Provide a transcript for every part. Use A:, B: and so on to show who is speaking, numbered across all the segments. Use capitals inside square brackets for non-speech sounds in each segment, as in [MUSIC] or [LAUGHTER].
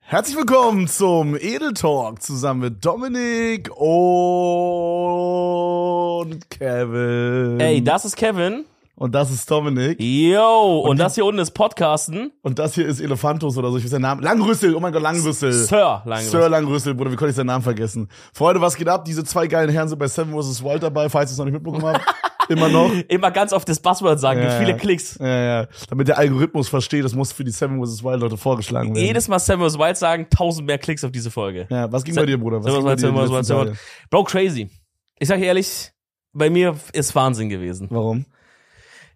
A: Herzlich willkommen zum Edel Talk zusammen mit Dominik und Kevin.
B: Ey, das ist Kevin.
A: Und das ist Dominik.
B: Yo, und, das hier unten ist Podcasten.
A: Und das hier ist Elefantus oder so. Ich weiß den Namen. Langrüssel. Oh mein Gott, Langrüssel.
B: Sir Langrüssel.
A: Sir Langrüssel. Bruder, wie konnte ich seinen Namen vergessen? Freunde, was geht ab? Diese zwei geilen Herren sind bei Seven vs. Wild dabei, falls ihr es noch nicht mitbekommen
B: [LAUGHS]
A: habt. Immer noch.
B: Immer ganz oft das Buzzword sagen, gibt
A: Ja,
B: viele
A: ja.
B: Klicks.
A: Ja, ja. Damit der Algorithmus versteht, das muss für die Seven vs. Wild Leute vorgeschlagen werden.
B: Jedes Mal Samuel Wild sagen, tausend mehr Klicks auf diese Folge.
A: ja, was ging bei dir, Bruder? Was
B: Samuel Wild,
A: ging bei dir
B: Samuel
A: die
B: Wild,
A: letzten
B: Samuel
A: Tage?
B: Wild. Bro, crazy. Ich sag ehrlich, bei mir ist Wahnsinn gewesen.
A: Warum?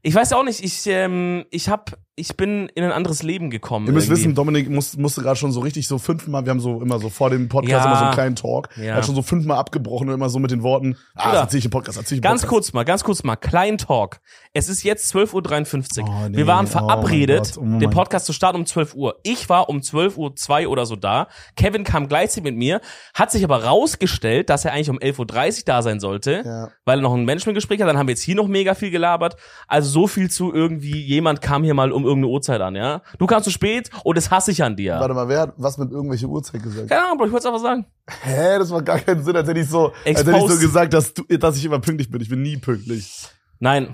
B: Ich weiß auch nicht, ich, ähm, ich hab, ich bin in ein anderes Leben gekommen.
A: Ihr müsst
B: irgendwie.
A: wissen, Dominik muss, musste gerade schon so richtig so fünfmal, wir haben so immer so vor dem Podcast
B: Ja.
A: immer so einen kleinen Talk. Er
B: Ja.
A: hat schon so fünfmal abgebrochen und immer so mit den Worten, ah, das
B: Oder?
A: erzähl ich im Podcast, erzähl ich im
B: Ganz
A: Podcast.
B: kurz mal, ganz kurz mal, kleinen Talk. Es ist jetzt 12.53 Uhr.
A: Oh, nee,
B: Wir waren
A: oh
B: verabredet,
A: mein Gott, oh
B: den
A: mein
B: Podcast zu starten um 12 Uhr. Ich war um 12.02 Uhr zwei oder so da. Kevin kam gleichzeitig mit mir, hat sich aber rausgestellt, dass er eigentlich um 11.30 Uhr da sein sollte,
A: Ja.
B: weil er noch ein Managementgespräch hat. Dann haben wir jetzt hier noch mega viel gelabert. Also so viel zu irgendwie, jemand kam hier mal um irgendeine Uhrzeit an, ja? Du kamst zu spät und das hasse ich an dir.
A: Warte mal, wer hat was mit irgendwelcher Uhrzeit gesagt?
B: Keine Ahnung, Bro, ich wollte es einfach sagen.
A: Hä, das macht gar keinen Sinn, als hätte ich so, als hätte ich so
B: Exposed.
A: gesagt, dass, du, dass ich immer pünktlich bin. Ich bin nie pünktlich.
B: Nein.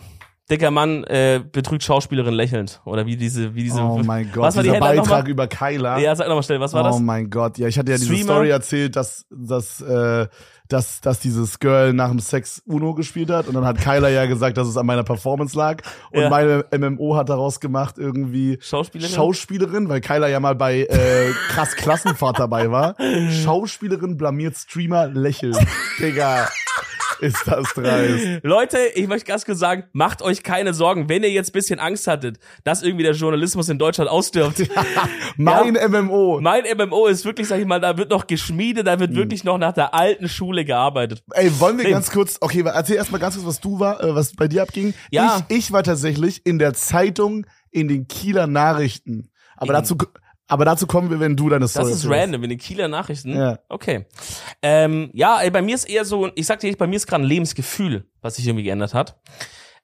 B: Dicker Mann äh, betrügt Schauspielerin lächelnd. Oder wie diese, wie diese.
A: Oh mein Gott,
B: was war die
A: dieser
B: Headline nochmal?
A: Beitrag über Kyla.
B: Ja, sag nochmal schnell, was war
A: Oh
B: das?
A: mein Gott, ja, ich hatte ja diese
B: Streamer?
A: Story erzählt, dass, dass, äh, dass, dass dieses Girl nach dem Sex Uno gespielt hat und dann hat Kyla ja gesagt, dass es an meiner Performance lag und
B: Ja.
A: meine MMO hat daraus gemacht irgendwie
B: Schauspielerin?
A: Schauspielerin, weil Kyla ja mal bei äh, krass Klassenfahrt dabei
B: [LAUGHS]
A: war. Schauspielerin blamiert Streamer lächeln. Digga, ist das dreist.
B: Leute, ich möchte ganz kurz sagen, macht euch keine Sorgen, wenn ihr jetzt bisschen Angst hattet, dass irgendwie der Journalismus in Deutschland
A: [LAUGHS]
B: ausstirbt.
A: Mein MMO.
B: Mein MMO ist wirklich, sag ich mal, da wird noch geschmiedet, da
A: Hm.
B: wird wirklich noch nach der alten Schule gearbeitet.
A: Ey, wollen wir
B: Nee.
A: ganz kurz, okay, erzähl erstmal ganz kurz, was du war, äh, was bei dir abging.
B: Ja.
A: Ich, ich war tatsächlich in der Zeitung in den Kieler Nachrichten. Aber dazu, aber dazu kommen wir, wenn du deine
B: Das
A: Story
B: ist
A: erzählst.
B: random in den Kieler Nachrichten.
A: Ja.
B: Okay. Ähm, ja, ey, bei mir ist eher so, ich sag dir, bei mir ist gerade ein Lebensgefühl, was sich irgendwie geändert hat.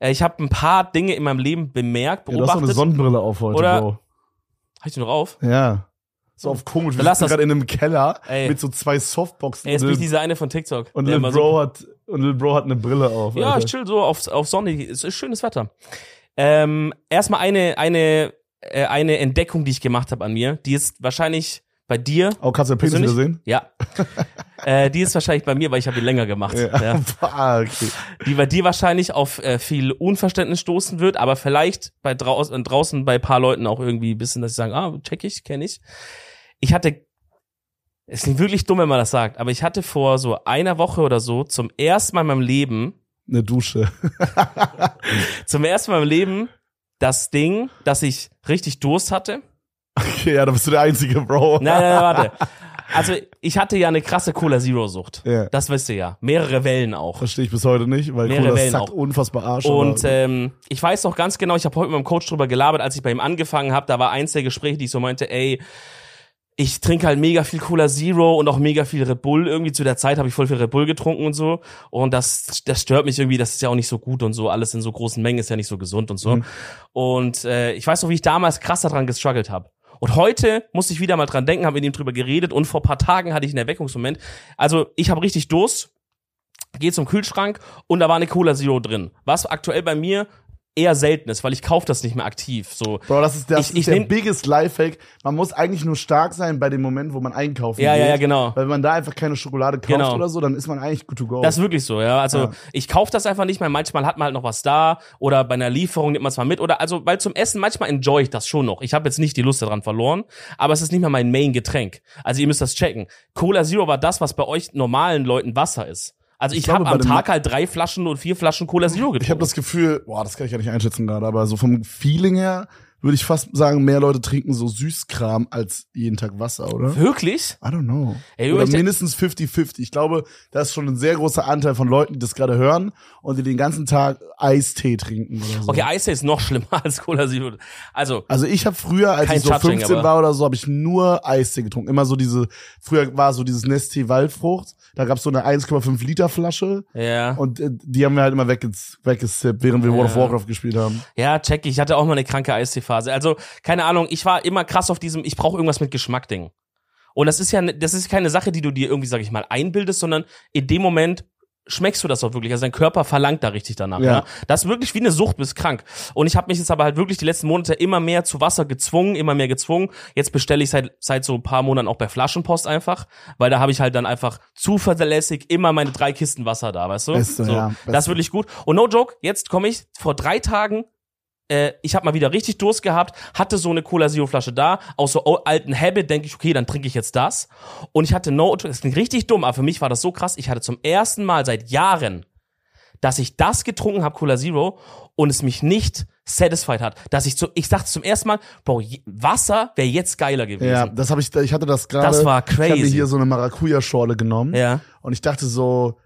B: Äh, Ich habe ein paar Dinge in meinem Leben bemerkt,
A: Ja, du hast doch eine
B: beobachtet.
A: Sonnenbrille auf heute,
B: Oder-
A: Bro.
B: Hab ich die noch auf?
A: Ja. So auf komisch. Wir
B: Dann lass
A: sitzen
B: das.
A: gerade in einem Keller
B: Ey.
A: mit so zwei Softboxen.
B: Ey, jetzt
A: und
B: bin ich
A: Lil-
B: dieser eine von TikTok.
A: und
B: der
A: Lil
B: immer so-
A: Bro hat, und Lil Bro hat eine Brille auf.
B: Ja, ich
A: Alter.
B: chill so auf, auf Sonne. Es ist schönes Wetter. Ähm, erstmal eine, eine, äh, eine Entdeckung, die ich gemacht habe an mir. Die ist wahrscheinlich bei dir.
A: Oh, kannst du den Penis wieder
B: Persönlich?
A: sehen? [LAUGHS]
B: Ja. äh, die ist wahrscheinlich bei mir, weil ich habe die länger gemacht. Ja.
A: [LAUGHS] ah, okay.
B: Die bei dir wahrscheinlich auf äh, viel Unverständnis stoßen wird, aber vielleicht bei draußen, draußen bei ein paar Leuten auch irgendwie ein bisschen, dass sie sagen, ah, check ich, kenne ich. Ich hatte, es klingt wirklich dumm, wenn man das sagt, aber ich hatte vor so einer Woche oder so zum ersten Mal in meinem Leben
A: Eine Dusche. [LAUGHS]
B: Zum ersten Mal im Leben das Ding, dass ich richtig Durst hatte.
A: Okay, ja, da bist du der Einzige, Bro.
B: Nein, nein, nein, warte. Also ich hatte ja eine krasse Cola Zero Sucht.
A: Ja.
B: Das wisst ihr ja. Mehrere Wellen auch.
A: Verstehe ich bis heute nicht, weil
B: Mehrere
A: Cola
B: Wellen
A: sackt
B: auch.
A: unfassbar Arsch.
B: Und
A: aber-
B: ähm, ich weiß noch ganz genau, ich habe heute mit meinem Coach drüber gelabert, als ich bei ihm angefangen habe, da war eins der Gespräche, die ich so meinte, ey, ich trinke halt mega viel Cola Zero und auch mega viel Red Bull. Irgendwie zu der Zeit habe ich voll viel Red Bull getrunken und so. Und das, das stört mich irgendwie, das ist ja auch nicht so gut und so. Alles in so großen Mengen ist ja nicht so gesund und
A: Mhm.
B: so. Und äh, ich weiß noch, wie ich damals krass daran gestruggelt habe. Und heute musste ich wieder mal dran denken, habe mit ihm drüber geredet und vor paar Tagen hatte ich einen Erweckungsmoment. Also ich habe richtig Durst, gehe zum Kühlschrank und da war eine Cola Zero drin. Was aktuell bei mir eher selten ist, weil ich kaufe das nicht mehr aktiv. So,
A: Bro, das ist, das
B: Ich- ich
A: ist der
B: nehm-
A: biggest Lifehack. Man muss eigentlich nur stark sein bei dem Moment, wo man einkaufen
B: Ja,
A: geht.
B: ja, ja, genau.
A: Weil wenn man da einfach keine Schokolade kauft
B: Genau.
A: oder so, dann ist man eigentlich good to go.
B: Das ist wirklich so, ja. Also
A: Ja.
B: ich kaufe das einfach nicht mehr. Manchmal hat man halt noch was da oder bei einer Lieferung nimmt man es mal mit. Oder also, weil zum Essen manchmal enjoy ich das schon noch. Ich habe jetzt nicht die Lust daran verloren, aber es ist nicht mehr mein Main-Getränk. Also ihr müsst das checken. Cola Zero war das, was bei euch normalen Leuten Wasser ist. Also ich,
A: glaube,
B: habe
A: bei
B: am
A: dem
B: Tag halt drei Flaschen und vier Flaschen Cola Zero getrunken.
A: ich habe das Gefühl, boah, das kann ich ja nicht einschätzen gerade, aber so vom Feeling her würde ich fast sagen, mehr Leute trinken so Süßkram als jeden Tag Wasser, oder?
B: Wirklich?
A: I don't know.
B: Ey,
A: Oder
B: ich-
A: mindestens 50-50. Ich glaube, das ist schon ein sehr großer Anteil von Leuten, die das gerade hören und die den ganzen Tag Eistee trinken oder so.
B: Okay, Eistee ist noch [LAUGHS] schlimmer als Cola Zero. Also,
A: Also ich habe früher, als
B: Kein
A: ich so
B: Judging,
A: 15
B: aber-
A: war oder so, habe ich nur Eistee getrunken. Immer so diese, früher war so dieses Nestea Waldfrucht. Da gab's so eine 1,5 Liter Flasche
B: ja.
A: und äh, die haben wir halt immer wegges weggesippt, während wir World of
B: Ja.
A: Warcraft gespielt haben.
B: Ja, check, ich hatte auch mal eine kranke Eistee-Phase. Also, keine Ahnung, ich war immer krass auf diesem, ich brauche irgendwas mit Geschmack-Ding. Und das ist ja, ne- das ist keine Sache, die du dir irgendwie, sag ich mal, einbildest, sondern in dem Moment schmeckst du das auch wirklich. Also dein Körper verlangt da richtig danach.
A: Ja.
B: Ja. Das ist wirklich wie eine Sucht, bist krank. Und ich habe mich jetzt aber halt wirklich die letzten Monate immer mehr zu Wasser gezwungen, immer mehr gezwungen. Jetzt bestelle ich seit, seit so ein paar Monaten auch bei Flaschenpost einfach, weil da habe ich halt dann einfach zuverlässig immer meine drei Kisten Wasser da, weißt du?
A: Beste,
B: so,
A: ja,
B: Das
A: beste.
B: ist wirklich gut. Und no joke, jetzt komme ich vor drei Tagen äh, ich habe mal wieder richtig Durst gehabt, hatte so eine Cola Zero Flasche da, aus so au- alten Habit denke ich, okay, dann trinke ich jetzt das. Und ich hatte no, das klingt richtig dumm, aber für mich war das so krass, ich hatte zum ersten Mal seit Jahren, dass ich das getrunken habe, Cola Zero, und es mich nicht satisfied hat. Dass ich zu, ich dachte zum ersten Mal, Bro, je- Wasser wäre jetzt geiler gewesen.
A: Ja, das habe ich, ich hatte das gerade.
B: Das war
A: Ich habe mir
B: crazy.
A: hier so eine Maracuja-Schorle genommen.
B: Ja.
A: Und ich dachte so,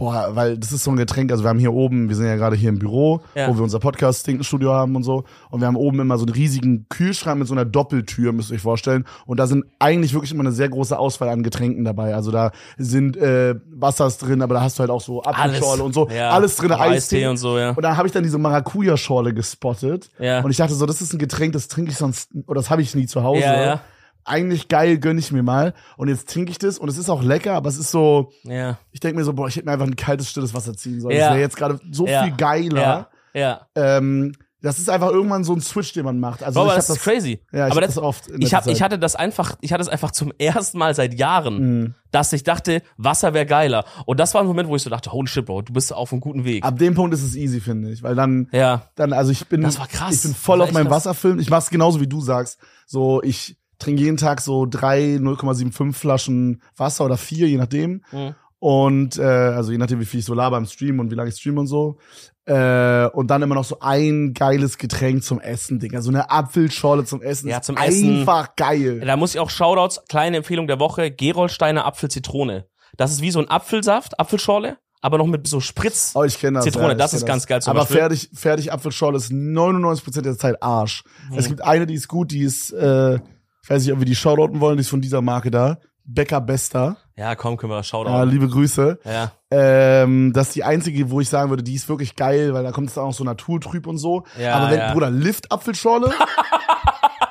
A: boah, weil das ist so ein Getränk, also wir haben hier oben, wir sind ja gerade hier im Büro,
B: Ja.
A: wo wir unser Podcast-Studio haben und so. Und wir haben oben immer so einen riesigen Kühlschrank mit so einer Doppeltür, müsst ihr euch vorstellen. Und da sind eigentlich wirklich immer eine sehr große Auswahl an Getränken dabei. Also da sind äh, Wassers drin, aber da hast du halt auch so Apfelschorle und so.
B: Ja.
A: Alles drin,
B: Auch
A: Eistee.
B: und so, ja.
A: Und da habe ich dann diese Maracuja-Schorle gespottet.
B: Ja.
A: Und ich dachte so, das ist ein Getränk, das trinke ich sonst, oder das habe ich nie zu Hause.
B: Ja, ja.
A: Eigentlich geil, gönn ich mir mal. Und jetzt trinke ich das und es ist auch lecker, aber es ist so,
B: Ja.
A: ich denke mir so, boah, ich hätte mir einfach ein kaltes, stilles Wasser ziehen sollen.
B: Ja.
A: Das wäre jetzt gerade so
B: Ja.
A: viel geiler.
B: Ja. ja.
A: Ähm, das ist einfach irgendwann so ein Switch, den man macht. Also
B: Bro, aber
A: ich
B: das
A: habe
B: ist
A: das,
B: crazy.
A: ja, ich
B: aber
A: hab
B: das,
A: das oft. in
B: ich,
A: letzter
B: hab, ich
A: Zeit.
B: hatte das einfach, ich hatte es einfach zum ersten Mal seit Jahren,
A: Mhm.
B: dass ich dachte, Wasser wäre geiler. Und das war ein Moment, wo ich so dachte, holy shit, Bro, du bist auf einem guten Weg.
A: Ab dem Punkt ist es easy, finde ich, weil dann,
B: ja,
A: dann, also ich bin,
B: Das war krass.
A: ich bin voll
B: Das war
A: auf
B: echt
A: meinem
B: krass.
A: Wasserfilm. Ich mache es genauso wie du sagst. So, ich trinke jeden Tag so drei 0,75 Flaschen Wasser oder vier, je nachdem.
B: Mhm.
A: Und äh, also je nachdem, wie viel ich so laber im Stream und wie lange ich streame und so. Äh, und dann immer noch so ein geiles Getränk zum Essen, Digga. So eine Apfelschorle zum Essen.
B: Ja,
A: ist
B: zum Essen.
A: einfach geil.
B: da muss ich auch Shoutouts, kleine Empfehlung der Woche, Gerolsteiner Apfelzitrone. Das ist wie so ein Apfelsaft, Apfelschorle, aber noch mit so Spritz.
A: Oh, ich kenne das.
B: Zitrone,
A: ja, ich
B: das
A: kenn
B: ist ganz geil zum
A: Aber
B: Beispiel.
A: fertig, fertig Apfelschorle ist 99% der Zeit Arsch. Es
B: Mhm.
A: gibt eine, die ist gut, die ist, äh, ich weiß nicht, ob wir die shoutouten wollen, die ist von dieser Marke da. Becker Bester.
B: Ja, komm, können wir
A: Ja,
B: Shoutout.
A: liebe Grüße.
B: Ja, ja.
A: Ähm, das ist die einzige, wo ich sagen würde, die ist wirklich geil, weil da kommt es dann auch so naturtrüb und so.
B: Ja,
A: Aber wenn,
B: ja.
A: Bruder, Lift-Apfelschorle,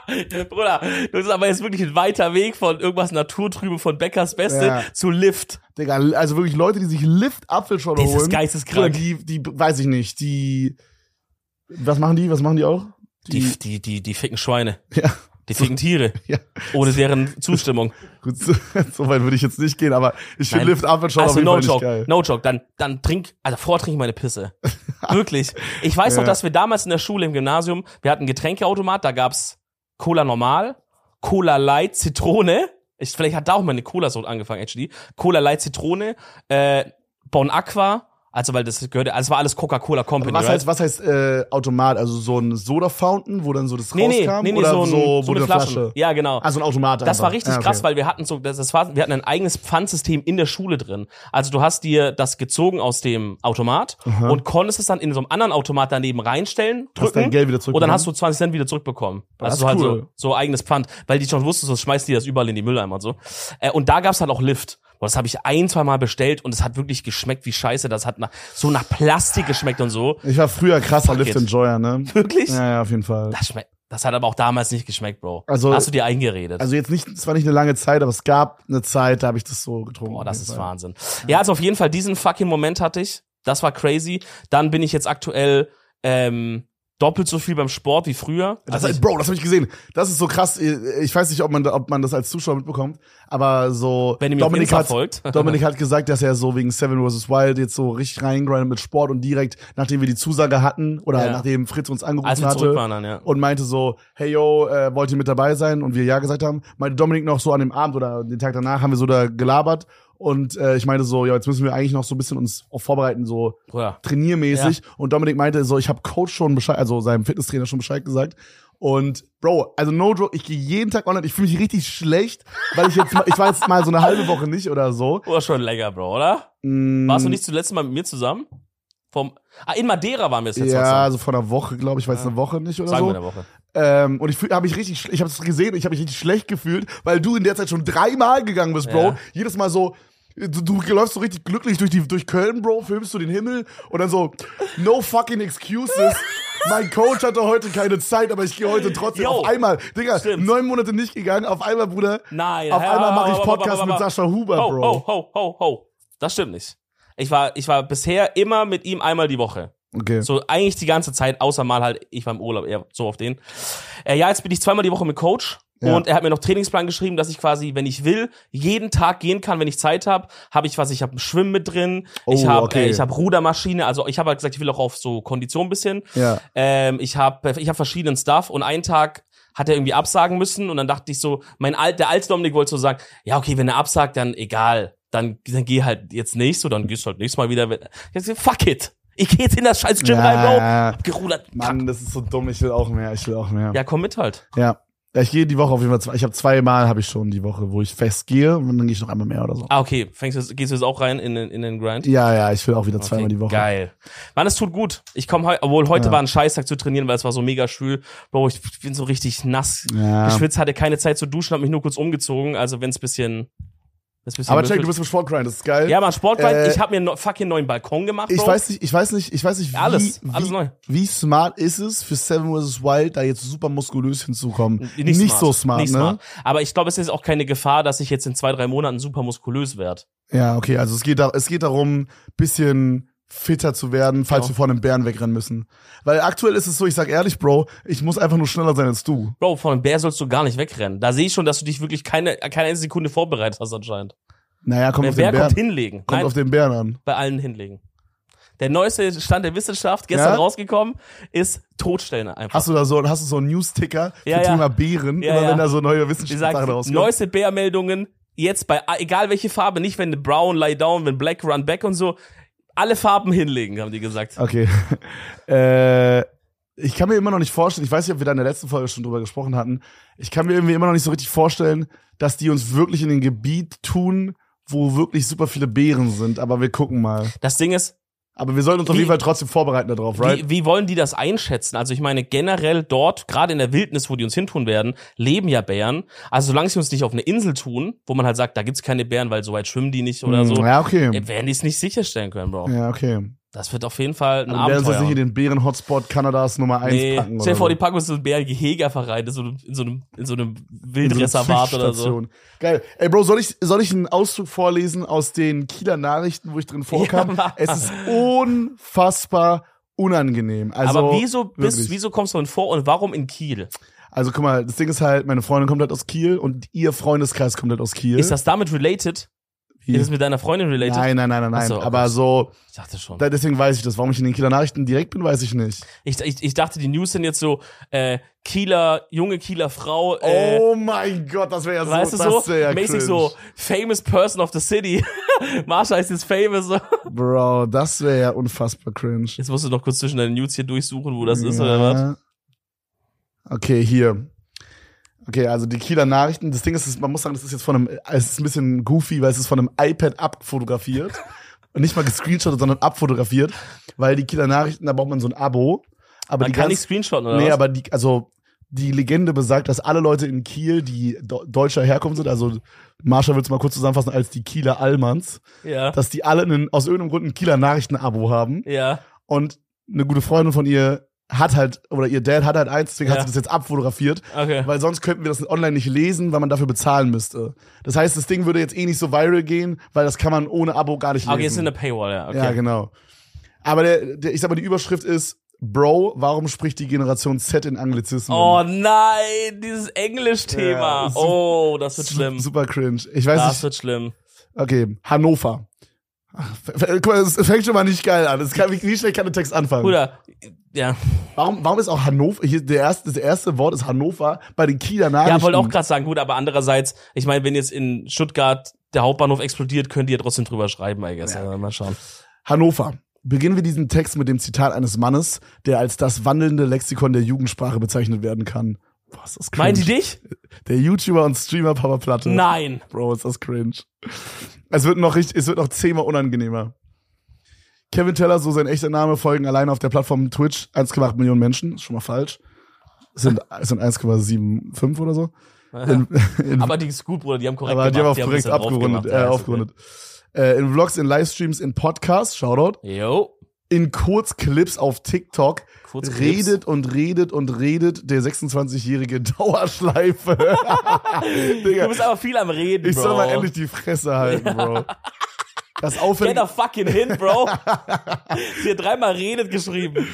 B: [LAUGHS] Bruder, das ist aber jetzt wirklich ein weiter Weg von irgendwas Naturtrübe von Bäckers Beste
A: Ja.
B: zu Lift.
A: Digga, also wirklich Leute, die sich Lift-Apfelschorle
B: Das ist
A: holen. Bruder,
B: geisteskrank.
A: die, die, weiß ich nicht, die, was machen die, was machen die auch?
B: Die, die, die, die ficken Schweine.
A: [LAUGHS] ja,
B: Die ficken Tiere.
A: [LAUGHS] Ja.
B: Ohne deren
A: [LAUGHS]
B: Zustimmung.
A: [LAUGHS] gut, so, so weit würde ich jetzt nicht gehen, aber ich finde
B: Nein.
A: Lift-Apfelschorle
B: Also
A: auf jeden
B: no
A: Fall nicht
B: joke,
A: geil.
B: no joke, dann, dann trink, also vortrink
A: [LAUGHS]
B: meine Pisse. Wirklich. Ich weiß
A: Ja.
B: noch, dass wir damals in der Schule im Gymnasium, wir hatten einen Getränkeautomat, da gab's Cola normal, Cola Light, Zitrone. Ich, vielleicht hat da auch meine Cola-Sucht angefangen, actually. Cola Light, Zitrone, äh, Bon Aqua, also weil das gehörte, also es war alles Coca-Cola Company,
A: was
B: right?
A: heißt, was heißt äh, Automat? Also so ein Soda-Fountain, wo dann so das
B: nee, nee,
A: rauskam?
B: nee, nee,
A: oder
B: so, ein,
A: so,
B: so
A: wo
B: eine Flasche. Ja, genau.
A: Ah, so ein Automat
B: Das
A: einfach.
B: war richtig
A: ja, okay.
B: krass, weil wir hatten so, das, das war, wir hatten ein eigenes Pfandsystem in der Schule drin. Also du hast dir das gezogen aus dem Automat und konntest es dann in so einem anderen Automat daneben reinstellen, drücken.
A: Hast dein Geld wieder
B: und dann
A: zurückgenommen?
B: hast du 20 Cent wieder zurückbekommen.
A: Das
B: Also
A: ist
B: halt
A: cool.
B: so, so eigenes Pfand, weil die schon wussten, sonst schmeißt die das überall in die Mülleimer und so. Äh, und da gab's halt auch Lift. Boah, das habe ich ein, zwei Mal bestellt und es hat wirklich geschmeckt wie Scheiße. Das hat nach, so nach Plastik geschmeckt
A: [LAUGHS]
B: und so.
A: Ich war früher krasser
B: Fuck it.
A: Lift-Enjoyer, ne?
B: [LAUGHS] Wirklich?
A: Ja, ja, auf jeden Fall.
B: Das schmeckt. Das hat aber auch damals nicht geschmeckt, Bro.
A: Also-
B: Hast du dir eingeredet?
A: Also jetzt nicht, es war nicht eine lange Zeit, aber es gab eine Zeit, da habe ich das so getrunken.
B: Boah, das ist
A: wahr.
B: Wahnsinn. Ja, also auf jeden Fall diesen fucking Moment hatte ich. Das war crazy. Dann bin ich jetzt aktuell ähm, doppelt so viel beim Sport wie früher.
A: Das,
B: Also ich,
A: Bro, das habe ich gesehen. Das ist so krass. Ich weiß nicht, ob man, ob man das als Zuschauer mitbekommt, aber so
B: wenn ihr mich auf
A: Dominik
B: Insta
A: hat, [LAUGHS]
B: folgt. [LAUGHS]
A: Dominik hat gesagt, dass er so wegen Seven vs. Wild jetzt so richtig reingrindet mit Sport und direkt, nachdem wir die Zusage hatten oder
B: Ja.
A: nachdem Fritz uns angerufen
B: Als wir zurück
A: hatte
B: waren dann, ja.
A: und meinte so, hey yo, äh, wollt ihr mit dabei sein? Und wir ja gesagt haben, meinte Dominik noch so an dem Abend oder den Tag danach haben wir so da gelabert und äh, ich meinte so, ja, jetzt müssen wir eigentlich noch so ein bisschen uns auch vorbereiten, so
B: Bruder.
A: trainiermäßig. Und Dominik meinte so, ich habe Coach schon Bescheid, also seinem Fitnesstrainer schon Bescheid gesagt. Und Bro, also no joke, ich gehe jeden Tag online. Ich fühle mich richtig schlecht, weil ich jetzt, mal- ich war jetzt mal so eine halbe Woche nicht oder so.
B: Oder schon länger, Bro, oder?
A: Mm,
B: Warst du nicht zuletzt Mal mit mir zusammen? Vom, ah, in Madeira waren wir es jetzt
A: Ja,
B: mal
A: also vor einer Woche, glaube ich, war jetzt eine Woche nicht oder
B: zusammen. Sagen wir in
A: so.
B: der Woche.
A: Ähm, und ich fühl- hab mich richtig, schl- ich habe es gesehen, ich habe mich richtig schlecht gefühlt, weil du in der Zeit schon dreimal gegangen bist, Bro.
B: Ja.
A: Jedes Mal so, du, du läufst so
B: [LAUGHS]
A: richtig glücklich durch die durch Köln, Bro, filmst du den Himmel und dann so no fucking excuses. mein Coach hatte heute keine Zeit, aber ich gehe heute trotzdem.
B: Jo.
A: Auf einmal, Digga,
B: Stimmt.
A: neun Monate nicht gegangen, auf einmal, Bruder.
B: Nein.
A: Auf
B: hä-
A: einmal mache ich
B: ho, ho,
A: Podcast
B: ho, ho,
A: mit
B: ho, ho.
A: Sascha Huber,
B: ho,
A: Bro.
B: Ho, ho, ho, ho. Das stimmt nicht. Ich war, ich war bisher immer mit ihm einmal die Woche.
A: Okay.
B: oh. So eigentlich die ganze Zeit, außer mal halt, ich war im Urlaub, eher so auf den. Äh, ja, jetzt bin ich zweimal die Woche mit Coach.
A: Ja.
B: Und er hat mir noch Trainingsplan geschrieben, dass ich quasi, wenn ich will, jeden Tag gehen kann, wenn ich Zeit habe. Habe ich was, ich habe ein Schwimmen mit drin, ich
A: Oh,
B: habe
A: okay.
B: äh, ich hab Rudermaschine, also ich habe halt gesagt, ich will auch auf so Kondition ein bisschen.
A: Ja.
B: Ähm, ich habe ich hab verschiedenen Stuff und einen Tag hat er irgendwie absagen müssen und dann dachte ich so, mein alt, der alte Dominik wollte so sagen, ja okay, wenn er absagt, dann egal, dann, dann geh halt jetzt nicht, so dann gehst du halt nächstes Mal wieder. wenn- Ich hab gesagt, fuck it, ich geh jetzt in das scheiß Gym rein, Bro.
A: Ja,
B: Hab gerudert. Kack.
A: Mann, das ist so dumm. Ich will auch mehr. Ich will auch mehr.
B: Ja, komm mit halt.
A: Ja. ja ich gehe die Woche auf jeden Fall. zwei- Ich habe zweimal habe ich schon die Woche, wo ich festgehe und dann gehe ich noch einmal mehr oder so.
B: Ah okay, fängst du, jetzt- gehst du jetzt auch rein in den in den Grind?
A: Ja, ja. Ich will auch wieder
B: Okay,
A: zweimal die Woche.
B: Geil. Mann, es tut gut. Ich komme heute, obwohl heute
A: Ja.
B: war ein Scheißtag zu trainieren, weil es war so mega schwül. Bro, ich bin so richtig nass.
A: Ja.
B: geschwitzt, hatte keine Zeit zu duschen, habe mich nur kurz umgezogen. Also wenn es bisschen, wenn's bisschen
A: Aber check, du
B: würfelt.
A: bist im Sportgrind. Das ist geil.
B: ja, man Sportwein,
A: Äh,
B: ich habe mir einen neu- fucking neuen Balkon gemacht.
A: Ich
B: Bro.
A: weiß nicht, ich weiß nicht, ich weiß nicht, wie,
B: Alles,
A: wie,
B: alles neu.
A: wie smart ist es für Seven vs. Wild, da jetzt super muskulös hinzukommen?
B: N-
A: Nicht, so smart,
B: nicht
A: ne?
B: smart. Aber ich glaube, es ist auch keine Gefahr, dass ich jetzt in zwei, drei Monaten super muskulös werde.
A: Ja, okay, also es geht, da, es geht darum, bisschen fitter zu werden, falls
B: Ja.
A: wir vor einem Bären wegrennen müssen. Weil aktuell ist es so, ich sag ehrlich, Bro, ich muss einfach nur schneller sein als du.
B: Bro, von einem Bär sollst du gar nicht wegrennen. Da sehe ich schon, dass du dich wirklich keine, keine einzige Sekunde vorbereitet hast anscheinend.
A: Naja, kommt
B: Der
A: auf den
B: Bär
A: Bären,
B: kommt
A: kommt
B: hinlegen. Nein,
A: auf den Bären an.
B: bei allen hinlegen. Der neueste Stand der Wissenschaft, gestern
A: Ja?
B: rausgekommen, ist Totstellen einfach.
A: Hast du da so, hast du so einen News-Ticker für
B: Ja, ja.
A: Thema Bären,
B: Ja,
A: immer
B: ja.
A: wenn da so neue
B: Die
A: Wissenschaftssachen
B: sagt,
A: rauskommen?
B: neueste Bärmeldungen, jetzt bei, ah, egal welche Farbe, nicht wenn Brown lie down, wenn Black run back und so, alle Farben hinlegen, haben die gesagt.
A: Okay. [LAUGHS] äh, ich kann mir immer noch nicht vorstellen, ich weiß nicht, ob wir da in der letzten Folge schon drüber gesprochen hatten, ich kann mir irgendwie immer noch nicht so richtig vorstellen, dass die uns wirklich in ein Gebiet tun, wo wirklich super viele Bären sind, aber wir gucken mal.
B: Das Ding ist,
A: Aber wir sollten uns auf
B: Wie-
A: jeden Fall trotzdem vorbereiten darauf, right?
B: wie, wie wollen die das einschätzen? Also ich meine, generell dort, gerade in der Wildnis, wo die uns hintun werden, leben ja Bären. Also solange sie uns nicht auf eine Insel tun, wo man halt sagt, da gibt's keine Bären, weil so weit schwimmen die nicht oder
A: Hm,
B: so,
A: Ja, okay.
B: äh, werden die es nicht sicherstellen können, Bro.
A: Ja, okay.
B: Das wird auf jeden Fall ein
A: Dann werden sie jetzt nicht in
B: Abenteuer.
A: den Bären-Hotspot Kanadas Nummer 1
B: Nee,
A: packen.
B: stell dir
A: oder
B: vor,
A: so.
B: die packen uns so ein Bärengehege-Verein in so einem, in so einem, in so einem
A: In so einer
B: Wildreservat oder so.
A: Züchtstation. Geil. Ey, Bro, soll ich, soll ich einen Auszug vorlesen aus den Kieler Nachrichten, wo ich drin vorkam?
B: mach.
A: es ist unfassbar unangenehm. Also,
B: Aber wieso, bist,
A: wirklich.
B: wieso kommst du in vor und warum in Kiel?
A: Also, guck mal, das Ding ist halt, meine Freundin kommt halt aus Kiel und ihr Freundeskreis kommt halt aus Kiel.
B: Ist das damit related?
A: Wie?
B: Ist es mit deiner Freundin related?
A: Nein, nein, nein, nein,
B: Ach
A: nein.
B: so, okay.
A: Aber so,
B: Ich dachte schon.
A: da, deswegen weiß ich das. Warum ich in den Kieler Nachrichten direkt bin, weiß ich nicht.
B: Ich, ich, ich dachte, die News sind jetzt so, äh, Kieler, junge Kieler Frau, äh,
A: oh mein Gott, das wäre ja so,
B: weißt du
A: das
B: so?
A: wär ja
B: mäßig
A: cringe.
B: so, famous person of the city. [LAUGHS] Marsha ist jetzt famous.
A: Bro, das wäre ja unfassbar cringe.
B: Jetzt musst du noch kurz zwischen deinen News hier durchsuchen, wo das ist oder was.
A: Okay, hier. Okay, also die Kieler Nachrichten. Das Ding ist, es- man muss sagen, das ist jetzt von einem, es ist ein bisschen goofy, weil es ist von einem iPad
B: [LAUGHS]
A: abfotografiert. Und nicht mal gescreenshottet, sondern abfotografiert. Weil die Kieler Nachrichten, da braucht man so ein Abo. Aber
B: Man
A: die
B: kann nicht
A: ganz-
B: screenshotten oder
A: Nee,
B: was?
A: aber die, also die Legende besagt, dass alle Leute in Kiel, die do- deutscher Herkunft sind, also Marsha will es mal kurz zusammenfassen, als die Kieler Allmanns,
B: ja.
A: dass die alle einen, aus irgendeinem Grund ein Kieler Nachrichten-Abo haben.
B: Ja.
A: Und eine gute Freundin von ihr hat halt, oder ihr Dad hat halt eins, deswegen
B: Ja.
A: hat sie das jetzt abfotografiert,
B: Okay.
A: weil sonst könnten wir das online nicht lesen, weil man dafür bezahlen müsste. Das heißt, das Ding würde jetzt eh nicht so viral gehen, weil das kann man ohne Abo gar nicht lesen.
B: Ah, Okay, jetzt in der Paywall, ja. Okay.
A: Ja, genau. Aber der, der, ich sag mal, die Überschrift ist, Bro, warum spricht die Generation Z in Anglizismen?
B: Oh nein, dieses Englisch-Thema.
A: Ja, su-
B: oh, das wird
A: Su-
B: schlimm.
A: Super cringe. Ich weiß
B: Das
A: nicht.
B: wird schlimm.
A: Okay, Hannover. Ach, f- f- Guck mal, es fängt schon mal nicht geil an. Es kann, wie, wie schnell kann der Text anfangen?
B: Bruder, ja.
A: Warum, warum ist auch Hannover, hier der erste, das erste Wort ist Hannover bei den Kieler Nachrichten?
B: Ja, wollte auch gerade sagen, gut, aber andererseits, ich meine, wenn jetzt in Stuttgart der Hauptbahnhof explodiert, könnt ihr trotzdem drüber schreiben, I guess. Also, mal schauen.
A: Hannover. Beginnen wir diesen Text mit dem Zitat eines Mannes, der als das wandelnde Lexikon der Jugendsprache bezeichnet werden kann. Boah, ist das cringe.
B: Meint ihr dich?
A: der YouTuber und Streamer Papa Platte.
B: Nein.
A: Bro, ist das cringe. Es wird noch richtig, es wird noch zehnmal unangenehmer. Kevin Teller, so sein echter Name, folgen alleine auf der Plattform Twitch 1,8 Millionen Menschen. Ist schon mal falsch. Es sind, es sind 1,75 oder
B: [LAUGHS]
A: so. In, in
B: Aber die ist gut, Bruder, die haben korrekt
A: Aber die haben
B: gemacht.
A: auch korrekt
B: ein bisschen drauf
A: abgerundet.
B: gemacht.
A: äh,
B: Ja, ist okay.
A: aufgerundet. Äh, in Vlogs, in Livestreams, in Podcasts, Shoutout.
B: Jo.
A: in Kurzclips auf TikTok
B: Kurzclips?
A: redet und redet und redet der 26-jährige [LAUGHS]
B: [LAUGHS]
A: Dauerschleife.
B: Du
A: Digga,
B: bist aber viel am Reden, Bro.
A: ich soll mal endlich die Fresse halten,
B: [LAUGHS]
A: Bro. Das
B: Get
A: Aufwendige,
B: the fucking hin,
A: [LAUGHS]
B: Bro. Sie hat dreimal redet geschrieben.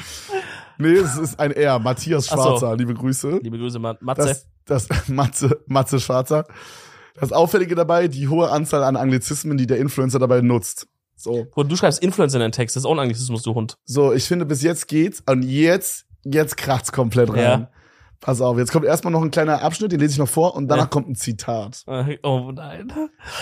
A: nee, es ist ein R, Matthias
B: Ach so.
A: Schwarzer, liebe Grüße.
B: Liebe Grüße, Ma- Matze.
A: Das, das [LAUGHS] Matze, Matze Schwarzer. Das Auffällige dabei, die hohe Anzahl an Anglizismen, die der Influencer dabei nutzt. So,
B: Gut, du schreibst Influencer in deinen Text. Das ist auch ein Anglizismus, du Hund.
A: so, ich finde, bis jetzt geht's und jetzt, jetzt kracht's komplett rein.
B: Ja.
A: Pass auf, jetzt kommt erstmal noch ein kleiner Abschnitt, den lese ich noch vor und danach
B: Ja.
A: kommt ein Zitat.
B: Äh, Oh nein.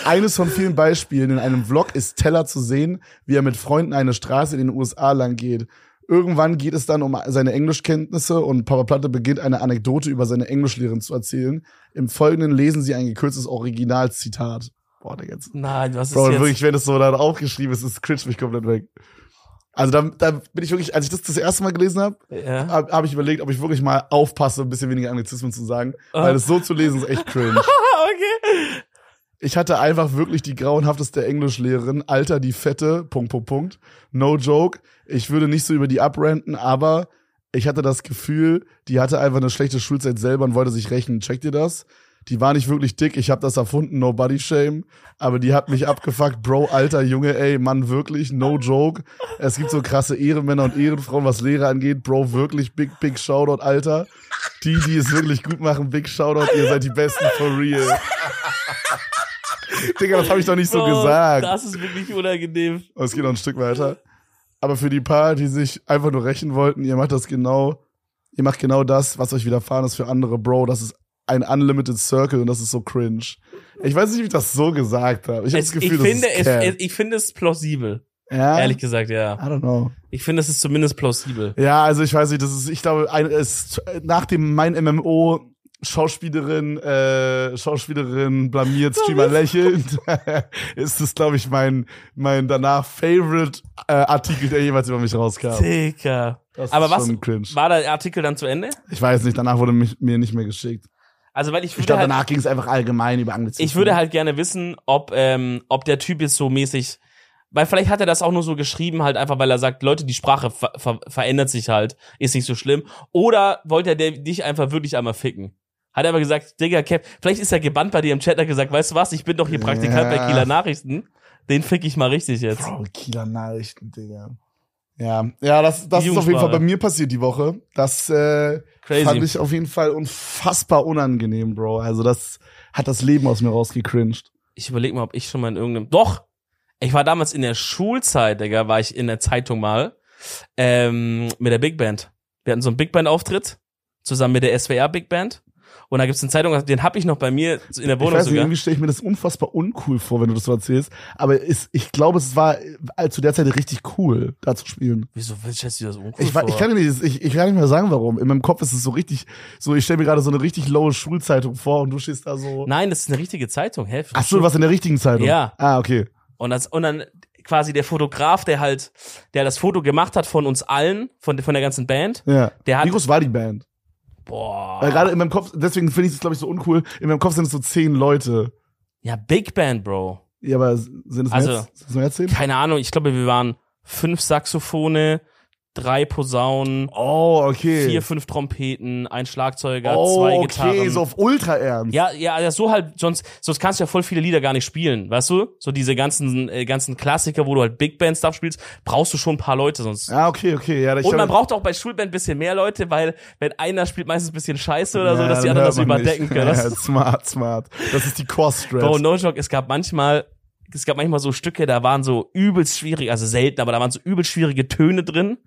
A: Eines von vielen Beispielen in einem Vlog ist Teller zu sehen, wie er mit Freunden eine Straße in den USA lang geht. Irgendwann geht es dann um seine Englischkenntnisse und Papa Platte beginnt eine Anekdote über seine Englischlehrerin zu erzählen. Im Folgenden lesen sie ein gekürztes Originalzitat. Boah, der jetzt.
B: Nein, was ist
A: Bro,
B: jetzt?
A: wirklich, wenn es so dann aufgeschrieben ist, ist cringe mich komplett weg. Also da, da bin ich wirklich, als ich das das erste Mal gelesen habe,
B: Ja.
A: habe hab ich überlegt, ob ich wirklich mal aufpasse, ein bisschen weniger Anglizismen zu sagen,
B: Ah.
A: weil das so zu lesen ist echt
B: [LAUGHS]
A: cringe.
B: Ah, [LAUGHS] okay.
A: Ich hatte einfach wirklich die grauenhafteste Englischlehrerin. Alter, die fette, Punkt, Punkt, Punkt. No joke. Ich würde nicht so über die abrenten, aber ich hatte das Gefühl, die hatte einfach eine schlechte Schulzeit selber und wollte sich rächen. Checkt ihr das? Die war nicht wirklich dick, ich habe das erfunden, no body shame. Aber die hat mich abgefuckt, Bro, alter Junge, ey, Mann, wirklich, no joke. Es gibt so krasse Ehrenmänner und Ehrenfrauen, was Lehrer angeht, Bro, wirklich, big, big Shoutout, Alter. Die, die es wirklich gut machen, big Shoutout, ihr seid die Besten for real. Digga, das habe ich doch nicht so
B: Bro,
A: gesagt.
B: Oh, Das ist wirklich unangenehm.
A: Und es geht noch ein Stück weiter. Aber für die paar, die sich einfach nur rächen wollten, ihr macht das genau, ihr macht genau das, was euch widerfahren ist für andere, Bro. Das ist ein Unlimited Circle und das ist so cringe. Ich weiß nicht, wie ich das so gesagt habe. Ich habe
B: Es,
A: das Gefühl,
B: ich, finde,
A: das ist
B: es,
A: Cap.
B: es, ich finde es plausibel.
A: ja?
B: Ehrlich gesagt, ja.
A: I don't know.
B: Ich finde, es ist zumindest plausibel.
A: Ja, also ich weiß nicht, das ist, ich glaube, ein, es, nach dem Mein MMO Schauspielerin, äh, Schauspielerin blamiert, Streamer lächelnd, [LAUGHS] ist das, glaube ich, mein, mein danach Favorite äh, Artikel, der jemals über mich rauskam.
B: Dicker.
A: Das
B: Aber
A: ist
B: was-
A: schon cringe.
B: War der Artikel dann zu Ende?
A: Ich weiß nicht, danach wurde mich, mir nicht mehr geschickt.
B: Also, weil ich
A: Ich
B: würde
A: glaube,
B: halt,
A: danach ging es einfach allgemein über Anglizismen.
B: ich würde halt gerne wissen, ob, ähm, ob der Typ jetzt so mäßig, weil vielleicht hat er das auch nur so geschrieben, halt einfach, weil er sagt, Leute, die Sprache ver ver verändert sich halt, ist nicht so schlimm. Oder wollte er der- dich einfach wirklich einmal ficken? Hat er aber gesagt, Digga, Cap, vielleicht ist er gebannt bei dir im Chat, hat gesagt, weißt du was, ich bin doch hier
A: Ja.
B: Praktikant bei Kieler Nachrichten, den fick ich mal richtig jetzt.
A: Bro, Kieler Nachrichten, Digga. Ja, ja, das, das
B: Die
A: ist auf jeden
B: Jugendsprache.
A: Fall bei mir passiert die Woche. Das äh,
B: Crazy.
A: fand ich auf jeden Fall unfassbar unangenehm, Bro. Also das hat das Leben aus mir rausgecringed.
B: Ich überlege mal, ob ich schon mal in irgendeinem. Doch! Ich war damals in der Schulzeit, Digga, war ich in der Zeitung mal. Ähm, mit der Big Band. Wir hatten so einen Big Band-Auftritt, zusammen mit der SWR Big Band. Und da gibt's eine Zeitung, den hab ich noch bei mir in der
A: Ich
B: Wohnung
A: weiß nicht,
B: sogar.
A: irgendwie stelle ich mir das unfassbar uncool vor, wenn du das so erzählst. Aber ist, ich glaube, es war äh, zu der Zeit richtig cool, da zu spielen.
B: Wieso stellst du das uncool
A: Ich, wa-
B: vor?
A: ich, kann dir nicht, ich, ich kann nicht mehr sagen, warum. In meinem Kopf ist es so richtig, so ich stelle mir gerade so eine richtig laue Schulzeitung vor und du stehst da so.
B: Nein, das ist eine richtige Zeitung, hä?
A: Ach so, was in der richtigen Zeitung?
B: Ja.
A: Ah, okay.
B: Und, das, und dann quasi der Fotograf, der halt, der das Foto gemacht hat von uns allen, von, von der ganzen Band,
A: Ja.
B: der hat. Ah.
A: Wie groß war die Band? Weil
B: boah.
A: gerade in meinem Kopf, deswegen finde ich es, glaube ich, so uncool. In meinem Kopf sind es so zehn Leute.
B: Ja, Big Band, Bro.
A: Ja, aber sind es mehr,
B: Also-
A: als- sind es mehr als zehn?
B: keine Ahnung, ich glaube, wir waren fünf Saxophone, drei Posaunen,
A: Oh, okay.
B: vier, fünf Trompeten, ein Schlagzeuger,
A: oh,
B: zwei
A: okay,
B: Gitarren.
A: so auf ultra ernst.
B: ja, ja, ja, so halt, sonst, sonst kannst du ja voll viele Lieder gar nicht spielen, weißt du? So diese ganzen, äh, ganzen Klassiker, wo du halt Big Band Stuff spielst, brauchst du schon ein paar Leute, sonst.
A: Ah, okay, okay. Ja, ich
B: Und man
A: glaub,
B: braucht auch bei Schulband ein bisschen mehr Leute, weil wenn einer spielt meistens ein bisschen Scheiße oder so,
A: ja,
B: dass die
A: dann
B: anderen das
A: hört man
B: überdecken
A: nicht. [LAUGHS]
B: können. Das
A: Ja, smart, smart. Das ist die
B: Bro,
A: Cross-Strat.
B: no joke, es gab manchmal, es gab manchmal so Stücke, da waren so übelst schwierig, also selten, aber da waren so übelst schwierige Töne drin,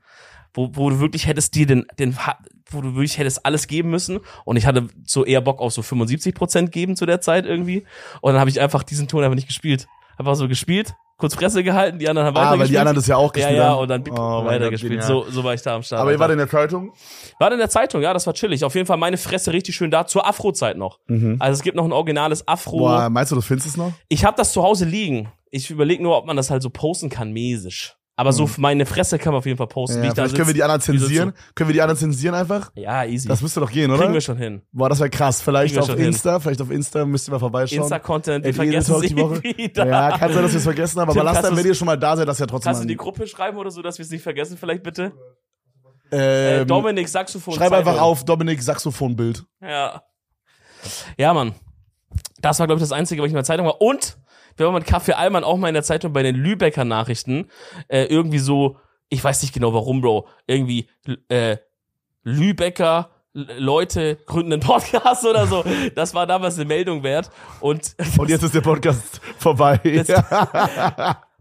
B: wo, wo du wirklich hättest dir den, den, Ha- wo du wirklich hättest alles geben müssen. Und ich hatte so eher Bock auf so 75 Prozent geben zu der Zeit irgendwie. Und dann habe ich einfach diesen Ton einfach nicht gespielt. Einfach so gespielt, kurz Fresse gehalten, die anderen haben
A: Ah, weil die
B: weitergespielt.
A: anderen das ja auch gespielt
B: ja, ja,
A: haben.
B: und dann
A: Oh, mein
B: weitergespielt.
A: Gott,
B: So, so war ich da am Start.
A: Aber ihr wart
B: Alter.
A: in der Zeitung?
B: war in der Zeit, ja, das war chillig. Auf jeden Fall meine Fresse richtig schön da, zur Afro-Zeit noch.
A: Mhm.
B: Also es gibt noch ein originales Afro.
A: Boah, meinst du, du findest es noch?
B: Ich habe das zu Hause liegen. Ich überlege nur, ob man das halt so posten kann, mäßig. Aber so meine Fresse kann man auf jeden Fall posten, wie
A: Mhm. Ja,
B: ich da
A: vielleicht können wir die anderen
B: wie so
A: zensieren. Können wir die anderen zensieren einfach?
B: Ja, easy.
A: Das müsste doch gehen, oder?
B: Kriegen wir schon hin.
A: Boah, das wäre krass. Vielleicht
B: Kriegen wir
A: auf
B: schon hin.
A: Insta, vielleicht auf Insta müsst ihr mal vorbeischauen.
B: Insta-Content,
A: Ey,
B: wir
A: die
B: vergessen
A: Edel-Talk
B: sie
A: die Woche.
B: [LAUGHS] wieder.
A: Ja, kann sein, dass wir es vergessen haben, aber
B: Tim,
A: lasst
B: kannst
A: dann, wenn
B: du's-
A: ihr schon mal da seid, dass ihr trotzdem
B: Kannst du
A: mal.
B: in die Gruppe schreiben oder so, dass wir es nicht vergessen, vielleicht bitte?
A: ähm,
B: äh, Dominik, Saxophon.
A: Schreib
B: Zeitung.
A: einfach auf, Dominik Saxophonbild.
B: Ja. Ja, Mann. Das war, glaube ich, das Einzige, was ich in der Zeitung war. Und wir waren mit Kaffee Allmann auch mal in der Zeitung bei den Lübecker Nachrichten. Äh, irgendwie so, ich weiß nicht genau warum, Bro. Irgendwie äh, Lübecker L- Leute gründen einen Podcast [LAUGHS] oder so. Das war damals eine Meldung wert. Und [LAUGHS]
A: Und jetzt ist der Podcast vorbei.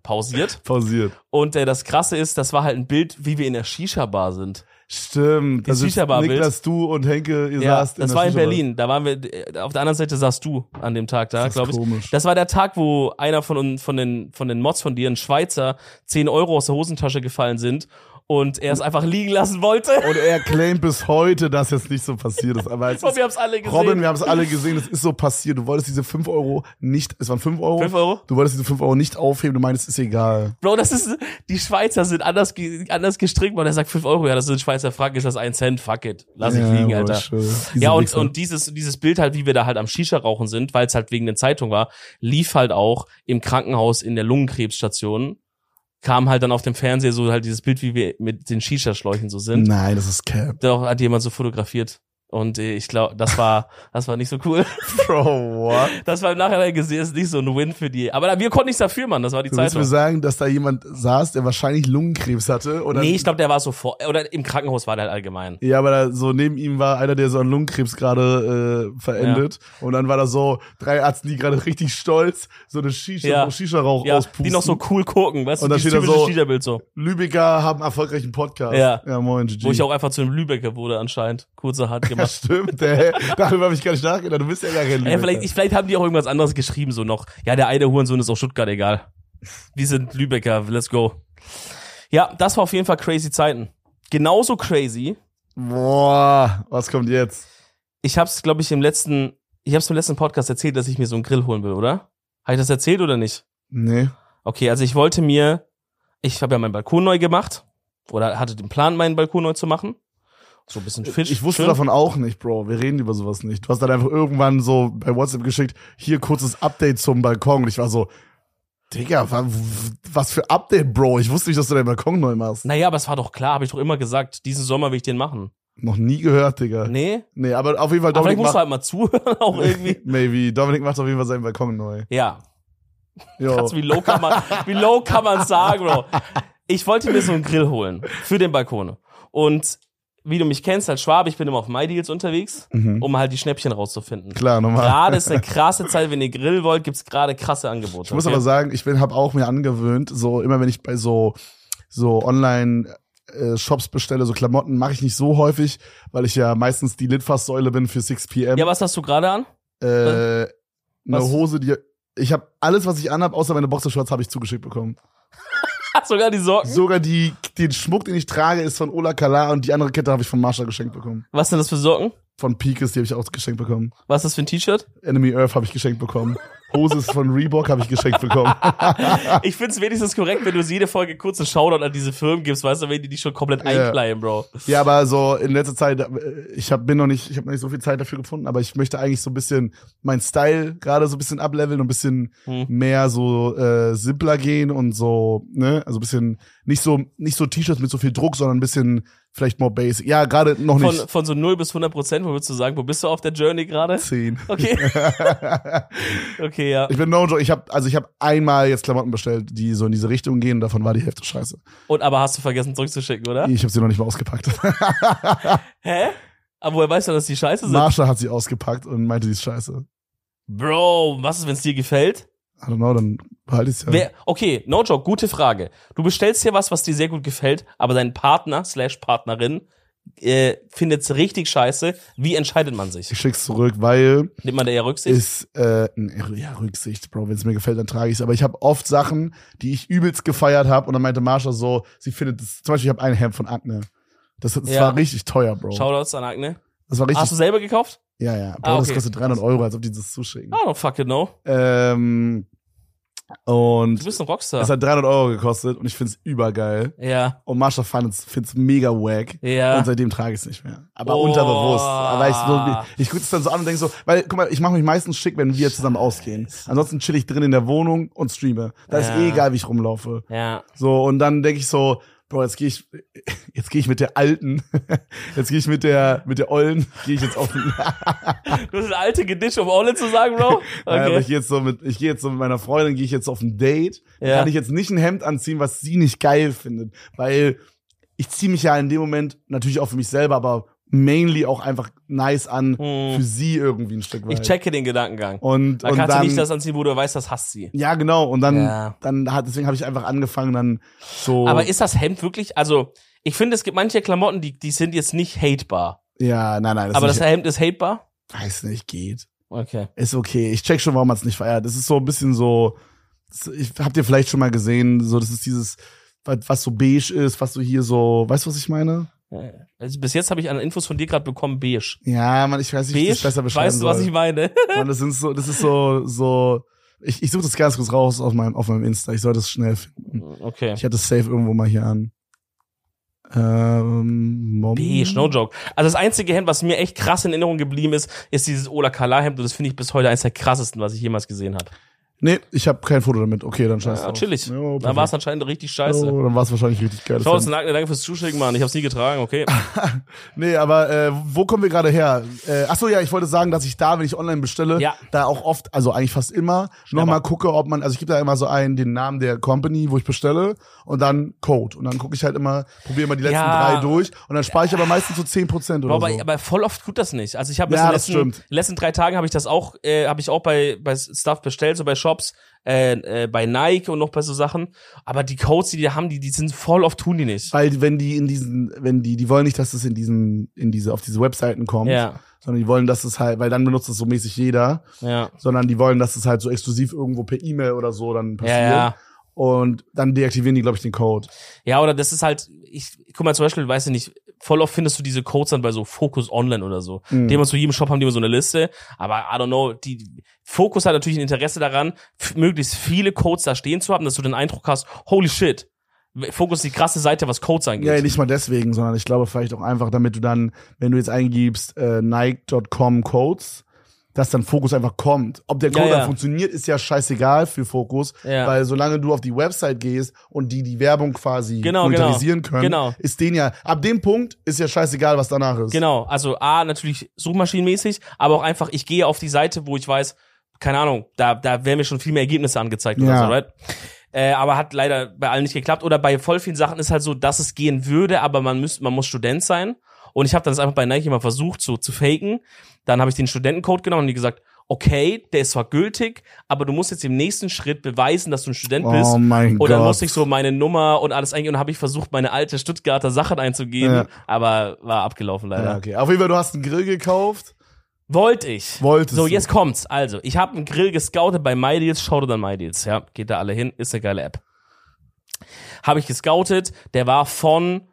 B: pausiert.
A: [LAUGHS] Pausiert.
B: Und äh, das Krasse ist, das war halt ein Bild, wie wir in der Shisha-Bar sind.
A: Stimmt. Das ist
B: Shisha-Bar-Bild.
A: Niklas, du und Henke, ihr
B: Ja,
A: saßt in
B: das
A: der
B: war in
A: Shisha-Bar.
B: Berlin. Da waren wir, äh, auf der anderen Seite saß du an dem Tag da,
A: Das ist
B: glaube ich.
A: komisch.
B: Das war der Tag, wo einer von, uns- von, den, von den Mods von dir, ein Schweizer, 10 Euro aus der Hosentasche gefallen sind und er es einfach liegen lassen
A: [LAUGHS]
B: wollte.
A: Und er claimt bis heute, dass jetzt nicht so passiert ist. Aber es
B: [LAUGHS] Und
A: ist,
B: wir haben es alle gesehen.
A: Robin, wir haben es alle gesehen, es ist so passiert. Du wolltest diese 5 Euro nicht, es waren 5 Euro.
B: 5 Euro?
A: Du wolltest diese 5 Euro nicht aufheben, du meinst, ist egal.
B: Bro, das ist, die Schweizer sind anders, ge- anders gestrickt, weil er sagt 5 Euro, ja, das sind Schweizer Franken, ist das 1 Cent, fuck it. Lass ich liegen,
A: boah,
B: Alter.
A: schön. Diese
B: Ja, und,
A: Wichser.
B: und dieses, dieses Bild halt, wie wir da halt am Shisha rauchen sind, weil es halt wegen der Zeitung war, lief halt auch im Krankenhaus in der Lungenkrebsstation, kam halt dann auf dem Fernseher so halt dieses Bild, wie wir mit den Shisha-Schläuchen so sind.
A: Nein, das ist
B: [LAUGHS]
A: Cap.
B: Doch, hat jemand so fotografiert. Und äh, ich glaube, das war, das war nicht so cool. [LAUGHS]
A: Bro, what?
B: Das war im Nachhinein gesehen, ist nicht so ein Win für die. Aber da- wir konnten nichts dafür, Mann. Das war die
A: Du willst mir
B: Zeitung.
A: sagen, dass da jemand saß, der wahrscheinlich Lungenkrebs hatte? Oder
B: Nee, ich glaube, der war so vor, oder im Krankenhaus war der halt allgemein.
A: Ja, aber da, so neben ihm war einer, der so an Lungenkrebs gerade äh, verendet. Und dann war da so drei Ärzte, die gerade richtig stolz so eine Shisha,
B: Ja.
A: so Shisha-Rauch
B: Ja,
A: auspusten.
B: die noch so cool gucken, weißt du,
A: Und dann
B: dieses
A: steht da
B: typische
A: so-
B: Shisha-Bild so.
A: Lübecker haben erfolgreichen Podcast.
B: Ja.
A: Ja, moin, GG.
B: Wo ich auch einfach zu einem Lübecker wurde anscheinend. Kurzer Hand
A: ja,
B: gemacht.
A: stimmt, ey. Darüber habe ich gar nicht nachgedacht. Du bist ja gar kein
B: Ey,
A: Lübecker.
B: vielleicht, ich, vielleicht haben die auch irgendwas anderes geschrieben, so noch. Ja, der eine Hurensohn ist auch Stuttgart, egal. Wir sind Lübecker, let's go. Ja, das war auf jeden Fall crazy Zeiten. Genauso crazy
A: Boah, was kommt jetzt?
B: ich hab's, glaube ich, im letzten, ich hab's im letzten Podcast erzählt, dass ich mir so einen Grill holen will, oder? Habe ich das erzählt oder nicht?
A: Nee.
B: Okay, also ich wollte mir, ich habe ja meinen Balkon neu gemacht oder hatte den Plan, meinen Balkon neu zu machen. So ein bisschen Fisch.
A: Ich wusste
B: schön.
A: davon auch nicht, Bro. Wir reden über sowas nicht. Du hast dann einfach irgendwann so bei WhatsApp geschickt, hier kurzes Update zum Balkon. Und ich war so, Digga, wa- w- was für Update, Bro? Ich wusste nicht, dass du deinen Balkon neu machst.
B: Naja, aber es war doch klar, habe ich doch immer gesagt, diesen Sommer will ich den machen.
A: Noch nie gehört, Digga. Nee,
B: Nee?
A: aber auf jeden Fall
B: Aber
A: Dominik
B: vielleicht musst
A: macht,
B: du halt mal [LAUGHS] zuhören auch irgendwie.
A: [LAUGHS] maybe. Dominik macht auf jeden Fall seinen Balkon neu.
B: Ja,
A: Jo.
B: Katz, wie low kann man, wie low kann man sagen, Bro? Ich wollte mir so einen Grill holen für den Balkon. Und wie du mich kennst als Schwabe, ich bin immer auf MyDeals unterwegs, um halt die Schnäppchen rauszufinden.
A: Mhm. Klar, nochmal.
B: Gerade ist eine krasse Zeit, wenn ihr Grill wollt, gibt's gerade krasse Angebote.
A: Ich muss aber sagen, ich bin habe auch mir angewöhnt, so immer wenn ich bei so so online äh, Shops bestelle, so Klamotten mache ich nicht so häufig, weil ich ja meistens die Litfaßsäule bin für 6 p.m.
B: Ja, was hast du gerade an? [LAUGHS]
A: äh, eine
B: was?
A: Hose, die ich habe alles, was ich anhab, außer meine Boxershorts habe ich zugeschickt bekommen.
B: Ach, sogar die Socken.
A: Sogar die den Schmuck, den ich trage, ist von Ola Kala und die andere Kette habe ich von Marsha geschenkt bekommen.
B: Was sind das für Socken?
A: Von Pikes, die habe ich auch geschenkt bekommen.
B: Was ist das für ein T-Shirt?
A: Enemy Earth habe ich geschenkt bekommen. Hose ist von Reebok habe ich geschenkt bekommen. Ah.
B: Ich find's wenigstens korrekt, wenn du jede Folge kurz einen Shoutout an diese Firmen gibst, weißt du, wenn die dich schon komplett
A: Ja.
B: einkleien, Bro.
A: Ja, aber so in letzter Zeit, äh, ich hab, bin noch nicht, ich habe noch nicht so viel Zeit dafür gefunden, aber ich möchte eigentlich so ein bisschen meinen Style gerade so ein bisschen ableveln und ein bisschen
B: Hm.
A: mehr so äh, simpler gehen und so, ne, also ein bisschen nicht so nicht so T-Shirts mit so viel Druck, sondern ein bisschen vielleicht more basic. Ja, gerade noch
B: Von,
A: nicht. [LAUGHS]
B: von so 0 bis 100 Prozent, wo würdest du sagen, wo bist du auf der Journey gerade?
A: Zehn. [LAUGHS]
B: Okay. okay, ja.
A: Ich bin no joke, ich habe also ich habe einmal jetzt Klamotten bestellt, die so in diese Richtung gehen und davon war die Hälfte scheiße.
B: Und aber hast du vergessen zurückzuschicken, oder?
A: Ich habe sie noch nicht mal
B: [LAUGHS]
A: ausgepackt.
B: Hä? Aber woher weißt du, dass die scheiße sind?
A: Marsha hat sie ausgepackt und meinte, die ist scheiße.
B: Bro, was ist, wenn's dir gefällt?
A: I don't know, dann behalte ich ja.
B: Wer, okay, no joke, gute Frage. Du bestellst dir was, was dir sehr gut gefällt, aber dein Partner slash Partnerin äh, findet's richtig scheiße. Wie entscheidet man sich?
A: Ich schick's zurück, weil
B: Nimmt man da eher Rücksicht?
A: ist äh, n- ja Rücksicht, Bro. Wenn es mir gefällt, dann trage ich es. Aber ich habe oft Sachen, die ich übelst gefeiert habe und dann meinte Marsha so, sie findet das. Zum Beispiel, ich habe ein Hemd von Akne. Das, das
B: Ja.
A: war richtig teuer, Bro.
B: Shoutouts an Agne.
A: das war
B: Hast
A: richtig.
B: du selber gekauft?
A: Ja, ja. Bro,
B: Ah,
A: das
B: okay.
A: kostet 300 Euro, als ob die das zuschicken.
B: I don't fucking know.
A: Ähm,
B: Du
A: Und
B: bist ein Rockstar.
A: es hat 300 Euro gekostet und ich find's übergeil.
B: ja.
A: Und Master Finds find's mega wack.
B: Ja.
A: Und seitdem trage ich es nicht mehr. Aber
B: Oh.
A: unterbewusst. Aber ich, so, ich gucke es dann so an und denke so, weil, guck mal, ich mache mich meistens schick, wenn wir zusammen ausgehen. Ansonsten chill ich drin in der Wohnung und streame. Da ist
B: Ja.
A: eh egal, wie ich rumlaufe.
B: Ja.
A: So, und dann denke ich so, Bro, jetzt gehe ich, [LAUGHS] jetzt gehe ich mit der alten, [LAUGHS] jetzt gehe ich mit der, mit der Ollen, gehe ich jetzt auf den,
B: Du hast eine alte Geditch, um Ole zu sagen,
A: [LAUGHS]
B: Bro.
A: Nein, aber ich
B: Okay.
A: gehe jetzt so mit, ich gehe jetzt so mit meiner Freundin, gehe ich jetzt auf ein Date, dann
B: Ja.
A: kann ich jetzt nicht ein Hemd anziehen, was sie nicht geil findet, weil ich ziehe mich ja in dem Moment natürlich auch für mich selber, aber mainly auch einfach nice an
B: Hm.
A: für sie irgendwie ein Stück weit.
B: Ich checke den Gedankengang.
A: Und,
B: Da
A: und
B: kannst
A: dann,
B: du nicht das anziehen, wo du weißt, das hasst sie.
A: ja genau und dann,
B: Ja.
A: dann hat deswegen habe ich einfach angefangen dann so,
B: Aber ist das Hemd wirklich, also, ich finde, es gibt manche Klamotten, die, die sind jetzt nicht hatebar.
A: ja, nein, nein, das
B: aber
A: ist
B: das
A: nicht,
B: Hemd ist hatebar?
A: weiß nicht, geht.
B: Okay.
A: Ist okay. Ich check schon, warum man es nicht feiert. Das ist so ein bisschen so. das- Ich habt ihr vielleicht schon mal gesehen, so das ist dieses, was, was so beige ist, was so hier so, weißt du, was ich meine?
B: Also bis jetzt habe ich an Infos von dir gerade bekommen, beige.
A: Ja, man, ich weiß nicht, wie ich
B: Beige,
A: das besser beschreiben
B: weißt du,
A: soll.
B: was
A: [LAUGHS]
B: ich meine?
A: Mann, das sind so, das ist so, so. Ich, ich suche das ganz kurz raus auf meinem, auf meinem Insta. Ich soll das schnell finden.
B: Okay.
A: Ich hatte es safe irgendwo mal hier an. Ähm, Mom.
B: Beige, no joke. Also das einzige Hemd, was mir echt krass in Erinnerung geblieben ist, ist dieses Ola Kala Hemd und das finde ich bis heute eines der krassesten, was ich jemals gesehen habe.
A: Nee, ich habe kein Foto damit. Okay, dann scheiß
B: Ja,
A: drauf.
B: chillig.
A: Jo,
B: Da war es
A: perfekt.
B: anscheinend richtig scheiße.
A: Jo, dann war es wahrscheinlich richtig geil.
B: Schau, danke fürs Zuschicken, Mann. Ich hab's nie getragen, okay.
A: Nee, aber äh, wo kommen wir gerade her? Äh, ach so, ja, ich wollte sagen, dass ich da, wenn ich online bestelle,
B: Ja.
A: da auch oft, also eigentlich fast immer, nochmal gucke, ob man, also ich gebe da immer so einen, den Namen der Company, wo ich bestelle und dann Code. Und dann gucke ich halt immer, probiere immer die letzten
B: Ja.
A: drei durch und dann spare ich aber meistens so 10% oder
B: Aber,
A: so.
B: aber voll oft tut das nicht. Also ich habe
A: Ja, das
B: in den letzten,
A: stimmt.
B: letzten drei Tagen habe ich das auch, äh, habe ich auch bei bei Stuff bestellt, so bei Shops, äh, äh, bei Nike und noch bei so Sachen. Aber die Codes, die die haben, die, die sind voll oft tun die nicht.
A: Weil wenn die in diesen, wenn die, die wollen nicht, dass es in diesen, in diese, auf diese Webseiten kommt,
B: Ja,
A: sondern die wollen, dass es halt, weil dann benutzt es so mäßig jeder,
B: ja,
A: sondern die wollen, dass es halt so exklusiv irgendwo per E-Mail oder so dann passiert.
B: ja, ja.
A: Und dann deaktivieren die, glaube ich, den Code.
B: Ja, oder das ist halt, ich guck mal zum Beispiel, weiß ich nicht, voll oft findest du diese Codes dann bei so Focus Online oder so.
A: Mhm.
B: Die haben zu jedem Shop haben die immer so eine Liste, aber I don't know, die Focus hat natürlich ein Interesse daran, f- möglichst viele Codes da stehen zu haben, dass du den Eindruck hast, holy shit, Focus ist die krasse Seite, was Codes angeht.
A: Ja, nicht mal deswegen, sondern ich glaube vielleicht auch einfach, damit du dann, wenn du jetzt eingibst äh, Nike.com Codes, dass dann Fokus einfach kommt. Ob der
B: Ja,
A: Code
B: ja.
A: dann funktioniert, ist ja scheißegal für Fokus,
B: Ja.
A: weil solange du auf die Website gehst und die die Werbung quasi
B: Genau, genau.
A: monetarisieren können,
B: Genau.
A: ist den ja ab dem Punkt ist ja scheißegal, was danach ist.
B: Genau, also A, natürlich suchmaschinenmäßig, aber auch einfach, ich gehe auf die Seite, wo ich weiß, keine Ahnung, da, da werden mir schon viel mehr Ergebnisse angezeigt oder
A: Ja.
B: so, right? Äh, aber hat leider bei allen nicht geklappt. Oder bei voll vielen Sachen ist halt so, dass es gehen würde, aber man, müsst, man muss Student sein. Und ich habe das einfach bei Nike mal versucht so, zu faken. Dann habe ich den Studentencode genommen und die gesagt, okay, der ist zwar gültig, aber du musst jetzt im nächsten Schritt beweisen, dass du ein Student bist.
A: Oh mein
B: Und dann
A: Gott.
B: musste ich so meine Nummer und alles eingeben und habe ich versucht, meine alte Stuttgarter Sachen einzugeben,
A: Ja.
B: aber war abgelaufen leider.
A: Ja, okay. Auf jeden Fall, du hast einen Grill gekauft.
B: Wollte ich.
A: Wolltest
B: so,
A: du.
B: jetzt kommt's. Also, ich habe einen Grill gescoutet bei MyDeals. Schaut dann MyDeals. Ja, geht da alle hin. Ist eine geile App. Habe ich gescoutet. Der war von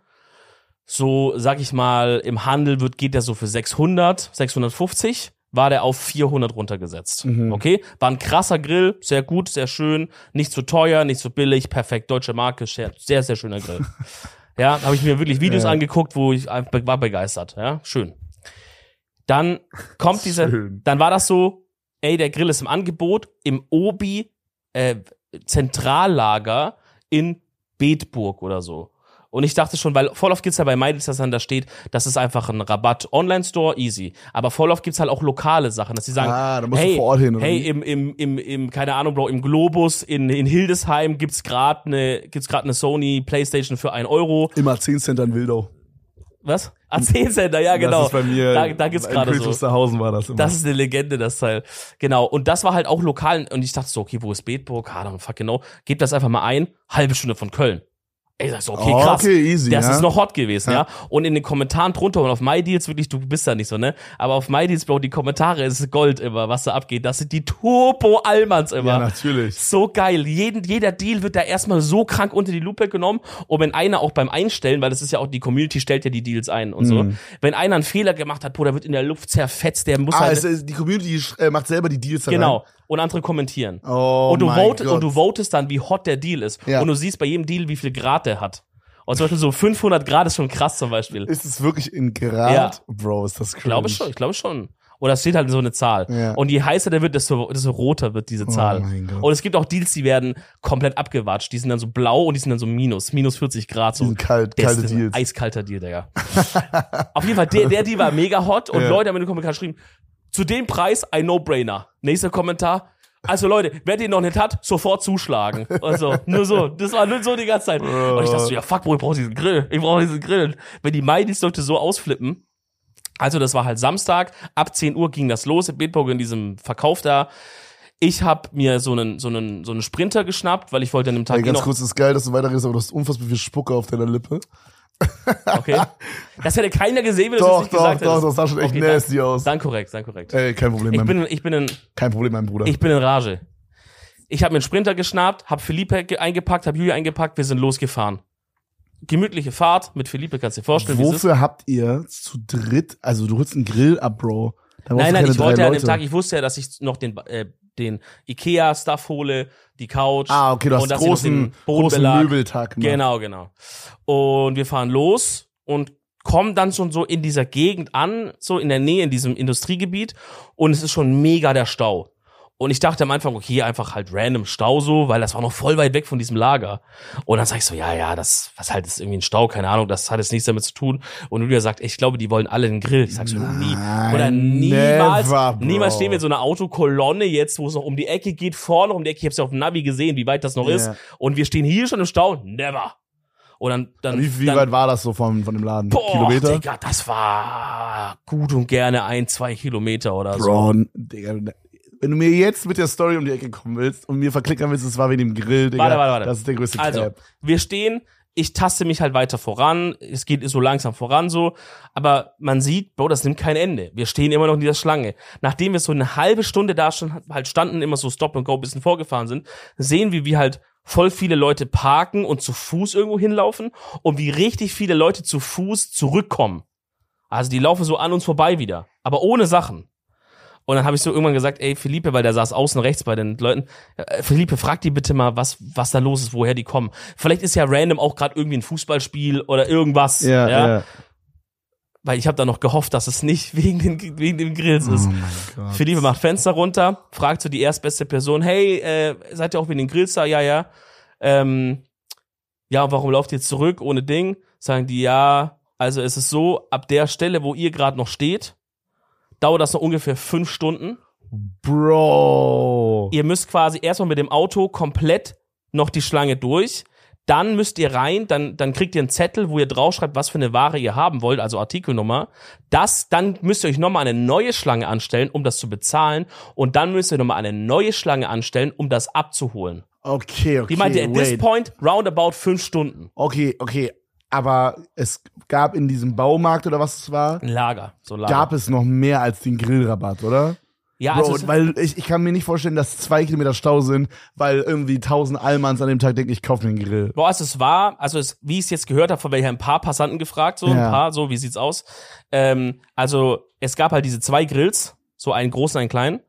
B: so, sag ich mal, im Handel wird, geht der so für 600, 650. War der auf 400 runtergesetzt.
A: Mhm.
B: Okay? War ein krasser Grill. Sehr gut, sehr schön. Nicht zu teuer, nicht zu billig. Perfekt. Deutsche Marke. Sehr, sehr, sehr
A: [LAUGHS]
B: schöner Grill. ja, habe ich mir wirklich Videos
A: Ja.
B: angeguckt, wo ich einfach- war begeistert. Ja, schön. Dann
A: [LAUGHS]
B: kommt dieser,
A: Schön.
B: dann war das so, ey, der Grill ist im Angebot im Obi äh, Zentrallager in Bethburg oder so. Und ich dachte schon, weil voll oft gibt's ja bei Mädels, dass dann da steht, das ist einfach ein Rabatt Online-Store, easy. Aber voll oft gibt's halt auch lokale Sachen, dass sie sagen,
A: Ah, da musst
B: hey,
A: du vor Ort hin. oder
B: hey,
A: wie?
B: im, im, im, im, keine Ahnung, Bro, im Globus, in, in Hildesheim gibt's gerade eine gibt's grad eine Sony Playstation für 1 Euro.
A: Immer 10 Cent an Wildau.
B: Was? [LAUGHS] Ah, 10 Center, ja, genau.
A: Das ist bei mir.
B: da, da gibt's
A: in
B: gerade so.
A: Königswusterhausen war das immer.
B: Das ist eine Legende, das Teil. Genau. Und das war halt auch lokal. Und ich dachte so, okay, wo ist Bethburg? Ah, dann fuck genau. Gebt das einfach mal ein. Halbe Stunde von Köln. Ey, ich sag so, okay,
A: Oh,
B: krass.
A: okay, easy,
B: das
A: ja.
B: ist noch hot gewesen, ja.
A: Ja.
B: Und in den Kommentaren drunter und auf MyDeals, wirklich, du bist da nicht so, ne? Aber auf MyDeals, Bro, die Kommentare ist Gold immer, was da abgeht. Das sind die Turbo-Allmanns immer.
A: ja, natürlich.
B: So geil. Jeden, jeder Deal wird da erstmal so krank unter die Lupe genommen. Und wenn einer auch beim Einstellen, weil das ist ja auch, die Community stellt ja die Deals ein und
A: Mhm.
B: so. Wenn einer einen Fehler gemacht hat, Bruder, wird in der Luft zerfetzt, der muss
A: Ah,
B: halt.
A: es, ist- die Community sch- äh, macht selber die Deals da
B: genau.
A: rein.
B: und andere kommentieren.
A: Oh,
B: und, du
A: mein
B: vote,
A: Gott.
B: und du votest dann, wie hot der Deal ist.
A: Ja.
B: Und du siehst bei jedem Deal, wie viel Grad der hat. Und zum Beispiel so 500 Grad ist schon krass zum Beispiel.
A: ist es wirklich in Grad? Bro, ist das cringe.
B: Ich glaube schon, ich glaube schon. Oder es steht halt so eine Zahl.
A: Ja. Oh
B: Und je heißer der wird, desto, desto roter wird diese Zahl.
A: mein Gott.
B: und es gibt auch Deals, die werden komplett abgewatscht. Die sind dann so blau und die sind dann so minus, minus 40 Grad.
A: Die
B: So.
A: sind kalt,
B: Das
A: kalte
B: ist ein
A: Deals.
B: eiskalter Deal, Digga. [LAUGHS] Auf jeden Fall, der, der Deal war mega hot und
A: Ja.
B: Leute haben in den Kommentaren geschrieben, zu dem Preis ein No-Brainer. Nächster Kommentar. Also Leute, wer den noch nicht hat, sofort zuschlagen. Also, nur so. Das war nur so die ganze Zeit. Und ich dachte so, ja fuck, Bro, ich brauche diesen Grill. Ich brauche diesen Grill. Wenn die Maidis Leute so ausflippen, also das war halt Samstag, ab 10 Uhr ging das los in Bitburg in diesem Verkauf da. Ich habe mir so einen, so, einen, so einen Sprinter geschnappt, weil ich wollte an dem Tag
A: Ey,
B: eh
A: ganz
B: noch
A: kurz, ist geil, dass du weiterredest, aber du hast unfassbar viel Spucke auf deiner Lippe. [LAUGHS]
B: Okay. Das hätte keiner gesehen, wenn du es
A: Doch,
B: nicht
A: doch,
B: gesagt
A: doch,
B: hättest.
A: das sah schon echt
B: Okay,
A: nasty aus.
B: Dann korrekt, dann korrekt.
A: Ey, kein Problem,
B: Ich
A: mein,
B: bin, ich bin in,
A: kein Problem, mein Bruder.
B: ich bin in Rage. Ich habe mir einen Sprinter geschnappt, habe Felipe ge- eingepackt, habe Julia eingepackt, wir sind losgefahren. Gemütliche Fahrt mit Felipe, kannst dir vorstellen, wie es ist.
A: Wofür habt ihr zu dritt, also du holst einen Grill ab, Bro. Da brauchst
B: Nein,
A: du
B: nein,
A: keine
B: ich
A: drei
B: wollte ja an dem
A: Leute.
B: Tag, ich wusste ja, dass ich noch den, äh, den Ikea-Stuff hole, die Couch.
A: Ah, okay, du hast
B: und dass ich noch
A: großen,
B: den
A: großen
B: Bodenbelag-
A: Möbeltag gemacht.
B: Genau, genau. Und wir fahren los und kommen dann schon so in dieser Gegend an, so in der Nähe, in diesem Industriegebiet. Und es ist schon mega der Stau. Und ich dachte am Anfang, okay, einfach halt random Stau so, weil das war noch voll weit weg von diesem Lager. Und dann sag ich so, ja, ja, das, was halt ist irgendwie ein Stau, keine Ahnung, das hat jetzt nichts damit zu tun. Und Julia sagt, ey, ich glaube, die wollen alle den Grill. Ich sag so, nie,
A: Nein,
B: oder niemals,
A: never, Bro.
B: niemals stehen wir in so einer Autokolonne jetzt, wo es noch um die Ecke geht, vorne um die Ecke. Ich hab's ja auf dem Navi gesehen, wie weit das noch
A: Ja.
B: ist. Und wir stehen hier schon im Stau. Never. Und dann, dann,
A: Also Wie, wie
B: dann
A: weit war das so von, von dem Laden?
B: boah,
A: Kilometer?
B: Digga, das war gut und gerne ein, zwei Kilometer oder so.
A: Bro, Digga, wenn du mir jetzt mit der Story um die Ecke kommen willst und mir verklickern willst, es war wegen dem Grill, Digga.
B: Warte, warte, warte.
A: Das ist der größte
B: Also,
A: Crap.
B: wir stehen, ich taste mich halt weiter voran, es geht so langsam voran so, aber man sieht, Bro, das nimmt kein Ende. Wir stehen immer noch in dieser Schlange. Nachdem wir so eine halbe Stunde da schon halt standen, immer so Stop and Go ein bisschen vorgefahren sind, sehen wir, wie halt voll viele Leute parken und zu Fuß irgendwo hinlaufen und wie richtig viele Leute zu Fuß zurückkommen. Also die laufen so an uns vorbei wieder, aber ohne Sachen. Und dann habe ich so irgendwann gesagt, ey, Felipe, weil der saß außen rechts bei den Leuten, äh, Felipe, frag die bitte mal, was, was da los ist, woher die kommen. Vielleicht ist ja random auch gerade irgendwie ein Fußballspiel oder irgendwas.
A: Ja, ja.
B: Weil ich habe da noch gehofft, dass es nicht [LAUGHS] wegen, den, wegen dem Grills
A: Oh
B: ist.
A: mein Gott.
B: Felipe macht Fenster runter, fragt so die erstbeste Person, hey, äh, seid ihr auch wegen den Grills da? Ja, ja. Ähm, ja, und warum lauft ihr zurück ohne Ding? Sagen die, ja, also es ist so, ab der Stelle, wo ihr gerade noch steht, dauert das noch ungefähr fünf Stunden.
A: Bro.
B: Ihr müsst quasi erstmal mit dem Auto komplett noch die Schlange durch. Dann müsst ihr rein, dann, dann kriegt ihr einen Zettel, wo ihr draufschreibt, was für eine Ware ihr haben wollt, also Artikelnummer. Das, dann müsst ihr euch nochmal eine neue Schlange anstellen, um das zu bezahlen. Und dann müsst ihr nochmal eine neue Schlange anstellen, um das abzuholen.
A: Okay, okay.
B: Die meinte, at this
A: wait.
B: point, roundabout fünf Stunden.
A: Okay, okay. Aber es gab in diesem Baumarkt oder was es war,
B: Ein Lager, so Lager.
A: gab es noch mehr als den Grillrabatt, oder?
B: ja,
A: Bro,
B: also, es-
A: weil ich, ich kann mir nicht vorstellen, dass zwei Kilometer Stau sind, weil irgendwie tausend Allmanns an dem Tag denken, ich kaufe mir einen Grill.
B: Boah, also es war, also es, wie ich es jetzt gehört habe, von welcher ein paar Passanten gefragt, so
A: Ja.
B: ein paar, so wie sieht's aus. Ähm, also es gab halt diese zwei Grills, so einen großen, einen kleinen.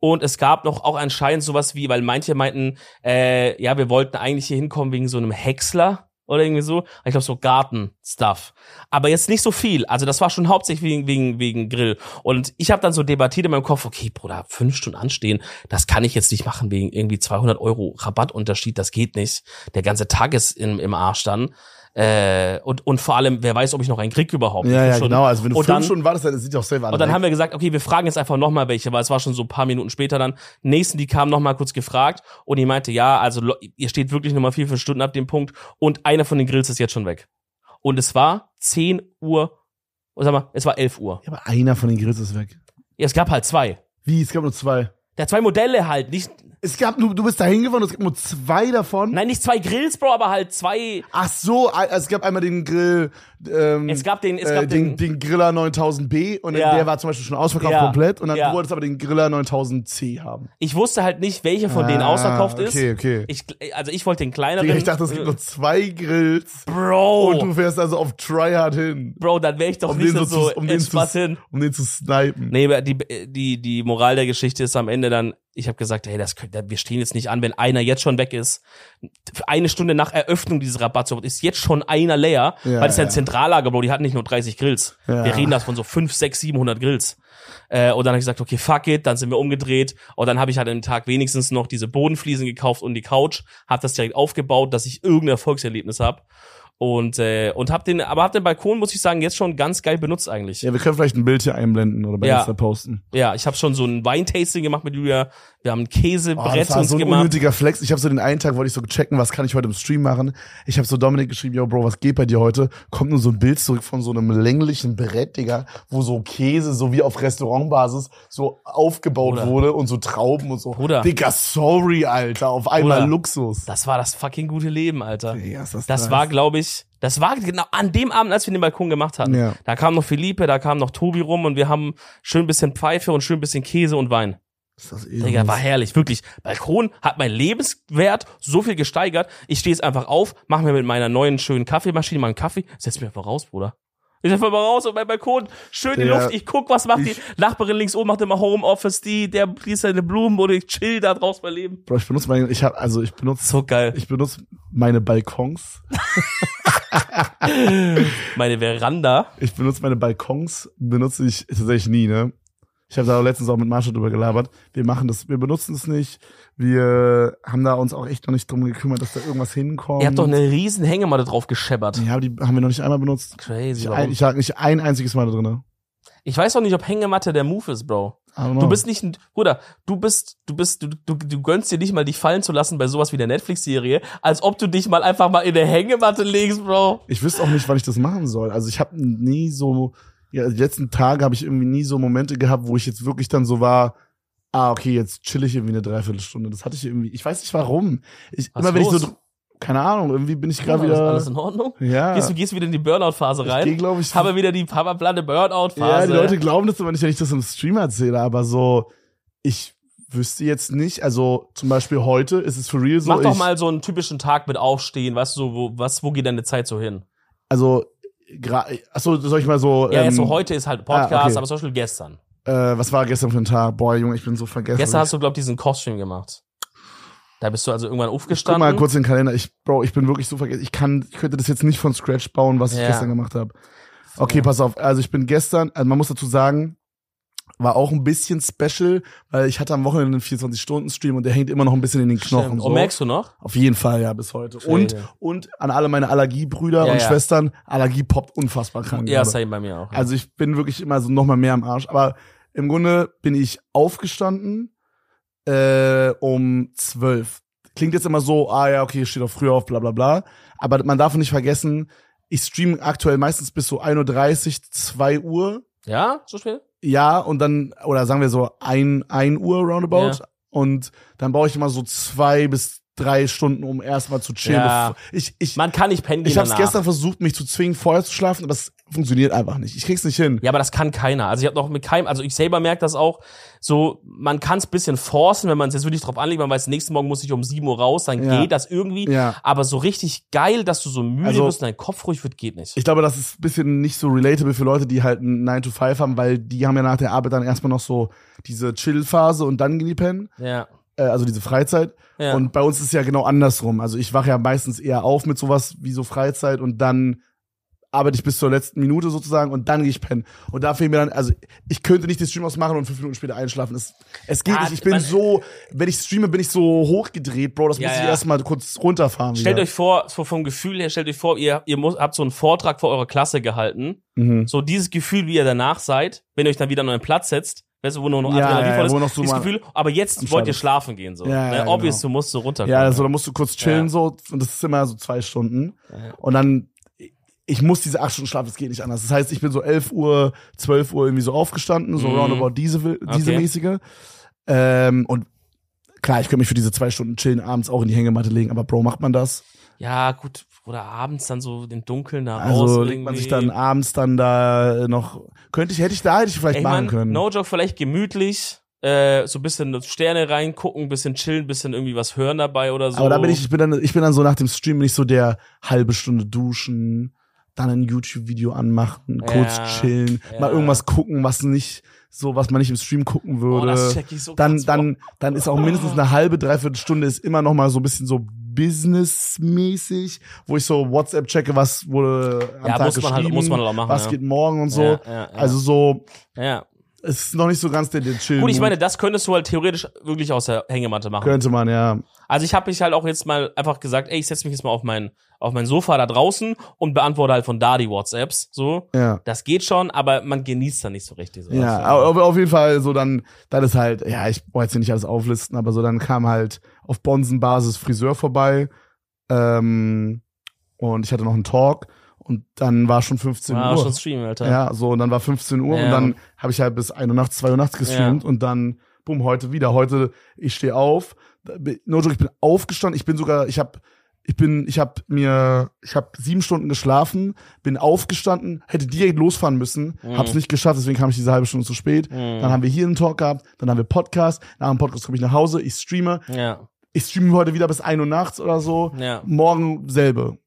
B: Und es gab noch auch anscheinend sowas wie, weil manche meinten, äh, ja, wir wollten eigentlich hier hinkommen wegen so einem Häcksler oder irgendwie so. Ich glaube so Garten-Stuff. Aber jetzt nicht so viel. Also das war schon hauptsächlich wegen, wegen, wegen Grill. Und ich habe dann so debattiert in meinem Kopf, okay, Bruder, fünf Stunden anstehen, das kann ich jetzt nicht machen wegen irgendwie 200 Euro Rabattunterschied, das geht nicht. Der ganze Tag ist im, im Arsch dann. Äh, und, und vor allem, wer weiß, ob ich noch einen Krieg überhaupt. Ich
A: Ja,
B: bin
A: ja,
B: schon-
A: genau. Also wenn du
B: und dann-
A: fünf Stunden wartest, dann sieht ja auch selber
B: und dann haben wir gesagt, okay, wir fragen jetzt einfach nochmal welche, weil es war schon so ein paar Minuten später dann. Nächsten, die kamen nochmal kurz gefragt und die meinte, ja, also lo- ihr steht wirklich nochmal vier, fünf Stunden ab dem Punkt und einer von den Grills ist jetzt schon weg. Und es war 10 Uhr, oder sag mal, es war 11 Uhr.
A: ja, aber einer von den Grills ist weg.
B: Ja, es gab halt zwei.
A: Wie? Es gab nur zwei.
B: Der zwei Modelle halt, nicht,
A: Es gab nur, du bist da hingefahren, und es gab nur zwei davon.
B: nein, nicht zwei Grills, Bro, aber halt zwei,
A: Ach so, ah, es gab einmal den Grill, ähm,
B: es gab den, es
A: äh,
B: gab
A: den,
B: den,
A: den Griller 9000B und
B: Ja.
A: der war zum Beispiel schon ausverkauft
B: Ja.
A: komplett und dann
B: Ja.
A: du wolltest aber den Griller 9000C haben.
B: ich wusste halt nicht, welche von denen
A: Ah,
B: ausverkauft
A: Okay,
B: ist.
A: okay.
B: Ich, also ich wollte den kleineren.
A: Digga, ich dachte, es gibt nur zwei Grills
B: Bro,
A: und du fährst also auf Tryhard hin,
B: Bro, dann wäre ich doch
A: Um
B: nicht
A: den
B: so,
A: so zu-
B: so
A: um den zu-
B: entspannt hin.
A: um den zu snipen.
B: Nee, aber die, die, die Moral der Geschichte ist am Ende dann, ich habe gesagt, hey, das könnt, wir stehen jetzt nicht an, wenn einer jetzt schon weg ist. Eine Stunde nach Eröffnung dieses Rabatts ist jetzt schon einer leer,
A: Ja,
B: weil es ja ein
A: ja.
B: Zentrallager, Bro, die hatten nicht nur 30 Grills.
A: Ja.
B: Wir reden das von so 5, 6, 700 Grills. Äh, und dann habe ich gesagt, okay, fuck it, dann sind wir umgedreht. Und dann habe ich halt am Tag wenigstens noch diese Bodenfliesen gekauft und die Couch, habe das direkt aufgebaut, dass ich irgendein Erfolgserlebnis habe. Und, äh, und hab den, aber hab den Balkon, muss ich sagen, jetzt schon ganz geil benutzt eigentlich.
A: Ja, wir können vielleicht ein Bild hier einblenden oder bei
B: Ja.
A: Insta posten.
B: Ja, ich habe schon so ein Weintasting gemacht mit Julia. Wir haben ein
A: Oh,
B: Käsebrett
A: das war
B: uns
A: so ein
B: gemacht.
A: unnötiger Flex. Ich habe so den einen Tag, wollte ich so checken, was kann ich heute im Stream machen. Ich habe so Dominik geschrieben, yo Bro, was geht bei dir heute? Kommt nur so ein Bild zurück von so einem länglichen Brett, Digga, wo so Käse, so wie auf Restaurantbasis, so aufgebaut
B: Bruder.
A: wurde und so Trauben und so.
B: Bruder.
A: Digga, sorry, Alter, auf einmal
B: Bruder.
A: Luxus.
B: Das war das fucking gute Leben, Alter.
A: Digga, ist
B: Das
A: nice.
B: war, glaube ich, das war genau an dem Abend, als wir den Balkon gemacht hatten.
A: Ja.
B: Da kam noch Felipe, da kam noch Tobi rum und wir haben schön ein bisschen Pfeife und schön ein bisschen Käse und Wein.
A: Ist das
B: Digga,
A: ehrenlos.
B: war herrlich, wirklich. Balkon hat mein Lebenswert so viel gesteigert. Ich stehe jetzt einfach auf, mache mir mit meiner neuen schönen Kaffeemaschine mal einen Kaffee, setz mich einfach raus, Bruder. Ich setz mich einfach raus auf meinen Balkon, schön die
A: Ja.
B: Luft, ich guck, was macht
A: Ich-
B: die Nachbarin links oben, macht immer Homeoffice, die, der gießt seine Blumen oder ich chill da draußen mein Leben.
A: Bro, ich benutze meine, ich habe, also ich benutze, [LAUGHS]
B: So geil.
A: ich benutze meine Balkons.
B: Meine Veranda.
A: Ich benutze meine Balkons, benutze ich tatsächlich nie, ne? Ich habe da letztens auch mit Marsha drüber gelabert. Wir machen das, wir benutzen es nicht. Wir haben da uns auch echt noch nicht drum gekümmert, dass da irgendwas hinkommt.
B: Ihr habt doch eine riesen Hängematte drauf gescheppert.
A: Ja, aber die haben wir noch nicht einmal benutzt.
B: Crazy,
A: Ich,
B: warum?
A: ein, ich lag nicht ein einziges Mal da drin.
B: Ich weiß auch nicht, ob Hängematte der Move ist, Bro. Du bist nicht ein, Bruder, du bist, du bist, du, du, du gönnst dir nicht mal, dich fallen zu lassen bei sowas wie der Netflix-Serie, als ob du dich mal einfach mal in der Hängematte legst, Bro.
A: Ich wüsste auch nicht, wann ich das machen soll. Also ich habe nie so, ja, die letzten Tage habe ich irgendwie nie so Momente gehabt, wo ich jetzt wirklich dann so war, ah, okay, jetzt chill ich irgendwie eine Dreiviertelstunde. Das hatte ich irgendwie, ich weiß nicht warum. Ich,
B: Was
A: immer wenn ich
B: los?
A: so, dr- keine Ahnung, irgendwie bin ich gerade
B: Alles,
A: wieder.
B: alles in Ordnung?
A: ja.
B: Gehst, du gehst wieder in die Burnout-Phase
A: Ich gehe,
B: rein?
A: glaube ich,
B: Habe wieder die Papa-Platte
A: ja,
B: Burnout-Phase.
A: die Leute glauben das immer nicht, wenn ich das im Stream erzähle, aber so, ich wüsste jetzt nicht, also zum Beispiel heute ist es for real so,
B: Mach doch
A: ich,
B: mal so einen typischen Tag mit Aufstehen, weißt du, so, wo, was, wo geht deine Zeit so hin?
A: also, gra- achso, soll ich mal so,
B: Ja,
A: ähm,
B: jetzt so heute ist halt Podcast,
A: ah, okay.
B: aber zum Beispiel gestern.
A: äh, was war gestern für ein Tag? Boah, Junge, ich bin so vergessen.
B: Gestern hast du, glaube ich, diesen Kostüm gemacht. Da bist du also irgendwann
A: Guck
B: aufgestanden.
A: mal kurz den Kalender, ich, Bro, ich bin wirklich so vergessen, ich kann, ich könnte das jetzt nicht von Scratch bauen, was ich
B: Ja.
A: gestern gemacht habe. Okay, pass auf. Also ich bin gestern, also man muss dazu sagen, war auch ein bisschen special, weil ich hatte am Wochenende einen 24-Stunden-Stream und der hängt immer noch ein bisschen in den Knochen.
B: Stimmt.
A: So.
B: Und merkst du noch?
A: Auf jeden Fall, ja, bis heute. Und,
B: Schwede.
A: und an alle meine Allergiebrüder
B: Ja,
A: und
B: ja.
A: Schwestern, Allergie poppt unfassbar krank.
B: Ja,
A: gerade.
B: same bei mir auch.
A: Also ich bin wirklich immer so nochmal mehr am Arsch. Aber im Grunde bin ich aufgestanden äh, um zwölf. Klingt jetzt immer so, ah ja, okay, steht auch früher auf, bla bla bla. Aber man darf nicht vergessen, ich streame aktuell meistens bis so 1.30 Uhr, 2 Uhr.
B: ja, so spät?
A: Ja, und dann, oder sagen wir so ein, ein Uhr roundabout. Und dann brauche ich immer so zwei bis drei Stunden, um erstmal zu chillen.
B: Ja.
A: bevor- Ich, ich,
B: Man kann nicht pennen gehen
A: ich habe es
B: danach.
A: gestern versucht, mich zu zwingen, vorher zu schlafen, aber das funktioniert einfach nicht. Ich krieg's nicht hin.
B: Ja, aber das kann keiner. Also ich habe noch mit keinem, also ich selber merke das auch, so, man kann es bisschen forcen, wenn man es jetzt wirklich drauf anlegt, man weiß, nächsten Morgen muss ich um 7 Uhr raus, dann
A: Ja.
B: geht das irgendwie.
A: Ja.
B: Aber so richtig geil, dass du so müde
A: Also-
B: bist und dein Kopf ruhig wird, geht nicht.
A: Ich glaube, das ist ein bisschen nicht so relatable für Leute, die halt einen 9 to 5 haben, weil die haben ja nach der Arbeit dann erstmal noch so diese Chill-Phase und dann gehen die pennen,
B: Ja.
A: äh, also diese Freizeit.
B: ja.
A: Und bei uns ist es ja genau andersrum. Also ich wache ja meistens eher auf mit sowas wie so Freizeit und dann arbeite ich bis zur letzten Minute sozusagen und dann gehe ich pennen. Und da fehlen mir dann, also ich könnte nicht den Stream ausmachen und fünf Minuten später einschlafen. Es, es geht
B: Ah,
A: nicht. Ich bin
B: man-
A: so, wenn ich streame, bin ich so hochgedreht, Bro. Das
B: Ja,
A: muss ich
B: ja.
A: erstmal kurz runterfahren.
B: Stellt
A: wieder.
B: euch vor, so vom Gefühl her, stellt euch vor, ihr, ihr muss, habt so einen Vortrag vor eurer Klasse gehalten.
A: Mhm.
B: So dieses Gefühl, wie ihr danach seid, wenn ihr euch dann wieder an euren Platz setzt, weißt du, wo nur noch
A: Ja,
B: Adrenalin
A: ja,
B: voll ist,
A: wo noch so
B: dieses
A: mal
B: Gefühl, aber jetzt
A: am
B: wollt ihr
A: Start ist.
B: schlafen gehen, so.
A: Ja,
B: ne?
A: ja,
B: Obvious,
A: genau.
B: du musst so runterkommen.
A: Ja, also da musst du kurz chillen
B: Ja.
A: so und das ist immer so zwei Stunden.
B: Ja.
A: Und dann, ich muss diese acht Stunden schlafen, es geht nicht anders. Das heißt, ich bin so 11 Uhr, 12 Uhr irgendwie so aufgestanden, so
B: Mhm.
A: roundabout diese, diese
B: Okay.
A: mäßige. Ähm, und klar, ich könnte mich für diese zwei Stunden chillen abends auch in die Hängematte legen, aber Bro, macht man das?
B: Ja, gut. Oder abends dann so im Dunkeln da raus.
A: Also legt man
B: irgendwie.
A: sich dann abends dann da noch, könnte ich, hätte ich da, hätte ich vielleicht
B: Ey,
A: machen
B: Mann,
A: können.
B: No joke, vielleicht gemütlich. Äh, so ein bisschen Sterne reingucken, bisschen chillen, bisschen irgendwie was hören dabei oder so.
A: Aber da bin ich, ich bin dann, ich bin dann so nach dem Stream, bin ich so der halbe Stunde duschen, dann ein YouTube-Video anmachen, kurz
B: Ja,
A: chillen, mal
B: ja.
A: irgendwas gucken, was nicht so, was man nicht im Stream gucken würde.
B: Oh, das check ich so
A: dann,
B: kurz
A: dann, dann ist auch mindestens eine halbe, dreiviertel Stunde ist immer noch mal so ein bisschen so businessmäßig, wo ich so WhatsApp checke, was wurde am
B: Ja,
A: Tag
B: muss man halt-
A: geschrieben,
B: muss man halt auch machen,
A: was
B: ja.
A: geht morgen und so.
B: Ja, ja, ja.
A: Also so,
B: Ja.
A: es ist noch nicht so ganz der, der Chill.
B: Gut, ich meine, das könntest du halt theoretisch wirklich aus der Hängematte machen.
A: könnte man ja.
B: Also ich habe mich halt auch jetzt mal einfach gesagt, ey, ich setze mich jetzt mal auf mein, auf mein Sofa da draußen und beantworte halt von da die WhatsApps. So.
A: Ja.
B: Das geht schon, aber man genießt da nicht so richtig. So
A: Ja, aber auf jeden Fall so dann, dann ist halt, ja, ich wollte jetzt hier nicht alles auflisten, aber so dann kam halt auf Bonsenbasis Friseur vorbei ähm, und ich hatte noch einen Talk und dann war schon 15
B: ah,
A: Uhr.
B: schon streamen, Alter.
A: ja, so und dann war 15 Uhr und
B: Ja.
A: dann habe ich halt bis 1 Uhr nachts, 2 Uhr nachts gestreamt und dann, bumm, heute wieder. Heute, ich stehe auf, da bin- no joke, ich bin aufgestanden, ich bin sogar, ich habe ich bin, ich habe mir, ich habe sieben Stunden geschlafen, bin aufgestanden, hätte direkt losfahren müssen,
B: Mhm.
A: hab's nicht geschafft, deswegen kam ich diese halbe Stunde zu spät. Dann haben wir hier einen Talk gehabt, dann haben wir Podcast, nach dem Podcast komme ich nach Hause, ich streame,
B: Ja.
A: ich streame heute wieder bis 1 Uhr nachts oder so.
B: Ja.
A: Morgen selbe.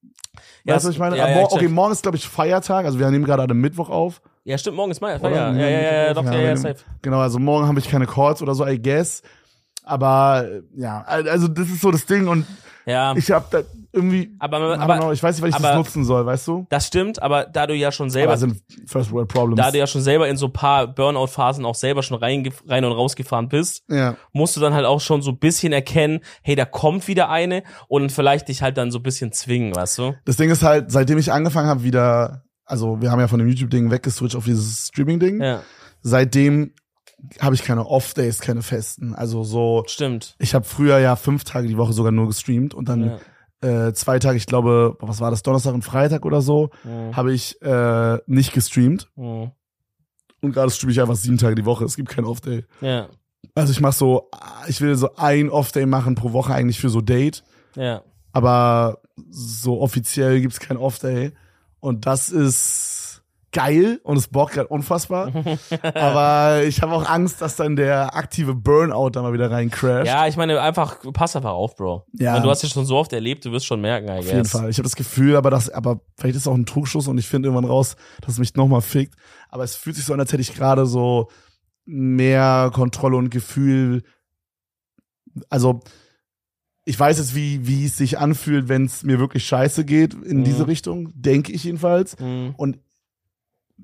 A: weißt du,
B: Ja,
A: was
B: es-
A: ich meine?
B: ja, ja,
A: Mor-
B: ich check.
A: okay, morgen ist, glaube ich, Feiertag, also wir nehmen gerade am Mittwoch auf.
B: ja, stimmt, morgen ist Mai.
A: Oder?
B: Ja, ja, ja, ja, ja, doch, ja, ja,
A: wenn-
B: safe.
A: Genau, also morgen habe ich keine Calls oder so, I guess. Aber äh, ja, al- also das ist so das Ding und
B: Ja,
A: ich habe da irgendwie, I
B: aber,
A: don't
B: aber
A: know, ich weiß nicht, weil ich das
B: aber-
A: nutzen soll, weißt du?
B: das stimmt, aber da du ja schon
A: Aber
B: selber
A: das sind First World Problems.
B: da du ja schon selber in so paar Burnout-Phasen auch selber schon rein, rein und rausgefahren bist,
A: ja.
B: musst du dann halt auch schon so ein bisschen erkennen, hey, da kommt wieder eine und vielleicht dich halt dann so ein bisschen zwingen, weißt du?
A: Das Ding ist halt, seitdem ich angefangen habe, wieder, also wir haben ja von dem YouTube-Ding weggeswitcht auf dieses Streaming-Ding.
B: Ja,
A: Seitdem habe ich keine Off-Days, keine festen. Also so,
B: stimmt.
A: ich habe früher ja fünf Tage die Woche sogar nur gestreamt und dann
B: Ja.
A: äh, zwei Tage, ich glaube, was war das, Donnerstag und Freitag oder so,
B: Mhm.
A: habe ich äh, nicht gestreamt.
B: Mhm.
A: Und gerade streame ich einfach sieben Tage die Woche. Es gibt keinen Off-Day.
B: Ja,
A: Also ich mache so, ich will so ein Off-Day machen pro Woche eigentlich für so Date.
B: ja.
A: Aber so offiziell gibt's kein Off-Day. Und das ist geil und es bockt gerade
B: [LAUGHS]
A: unfassbar. aber ich habe auch Angst, dass dann der aktive Burnout da mal wieder reincrasht.
B: Ja, ich meine, einfach, pass einfach auf, Bro.
A: Ja.
B: Wenn Du hast es schon so oft erlebt, du wirst schon merken, I guess.
A: Auf jeden Fall. Ich habe das Gefühl, aber das, aber vielleicht ist es auch ein Trugschluss und ich finde irgendwann raus, dass es mich nochmal fickt. Aber es fühlt sich so an, als hätte ich gerade so mehr Kontrolle und Gefühl. Also ich weiß jetzt, wie, wie es sich anfühlt, wenn es mir wirklich scheiße geht in
B: Mhm.
A: diese Richtung, denke ich jedenfalls.
B: Mhm.
A: Und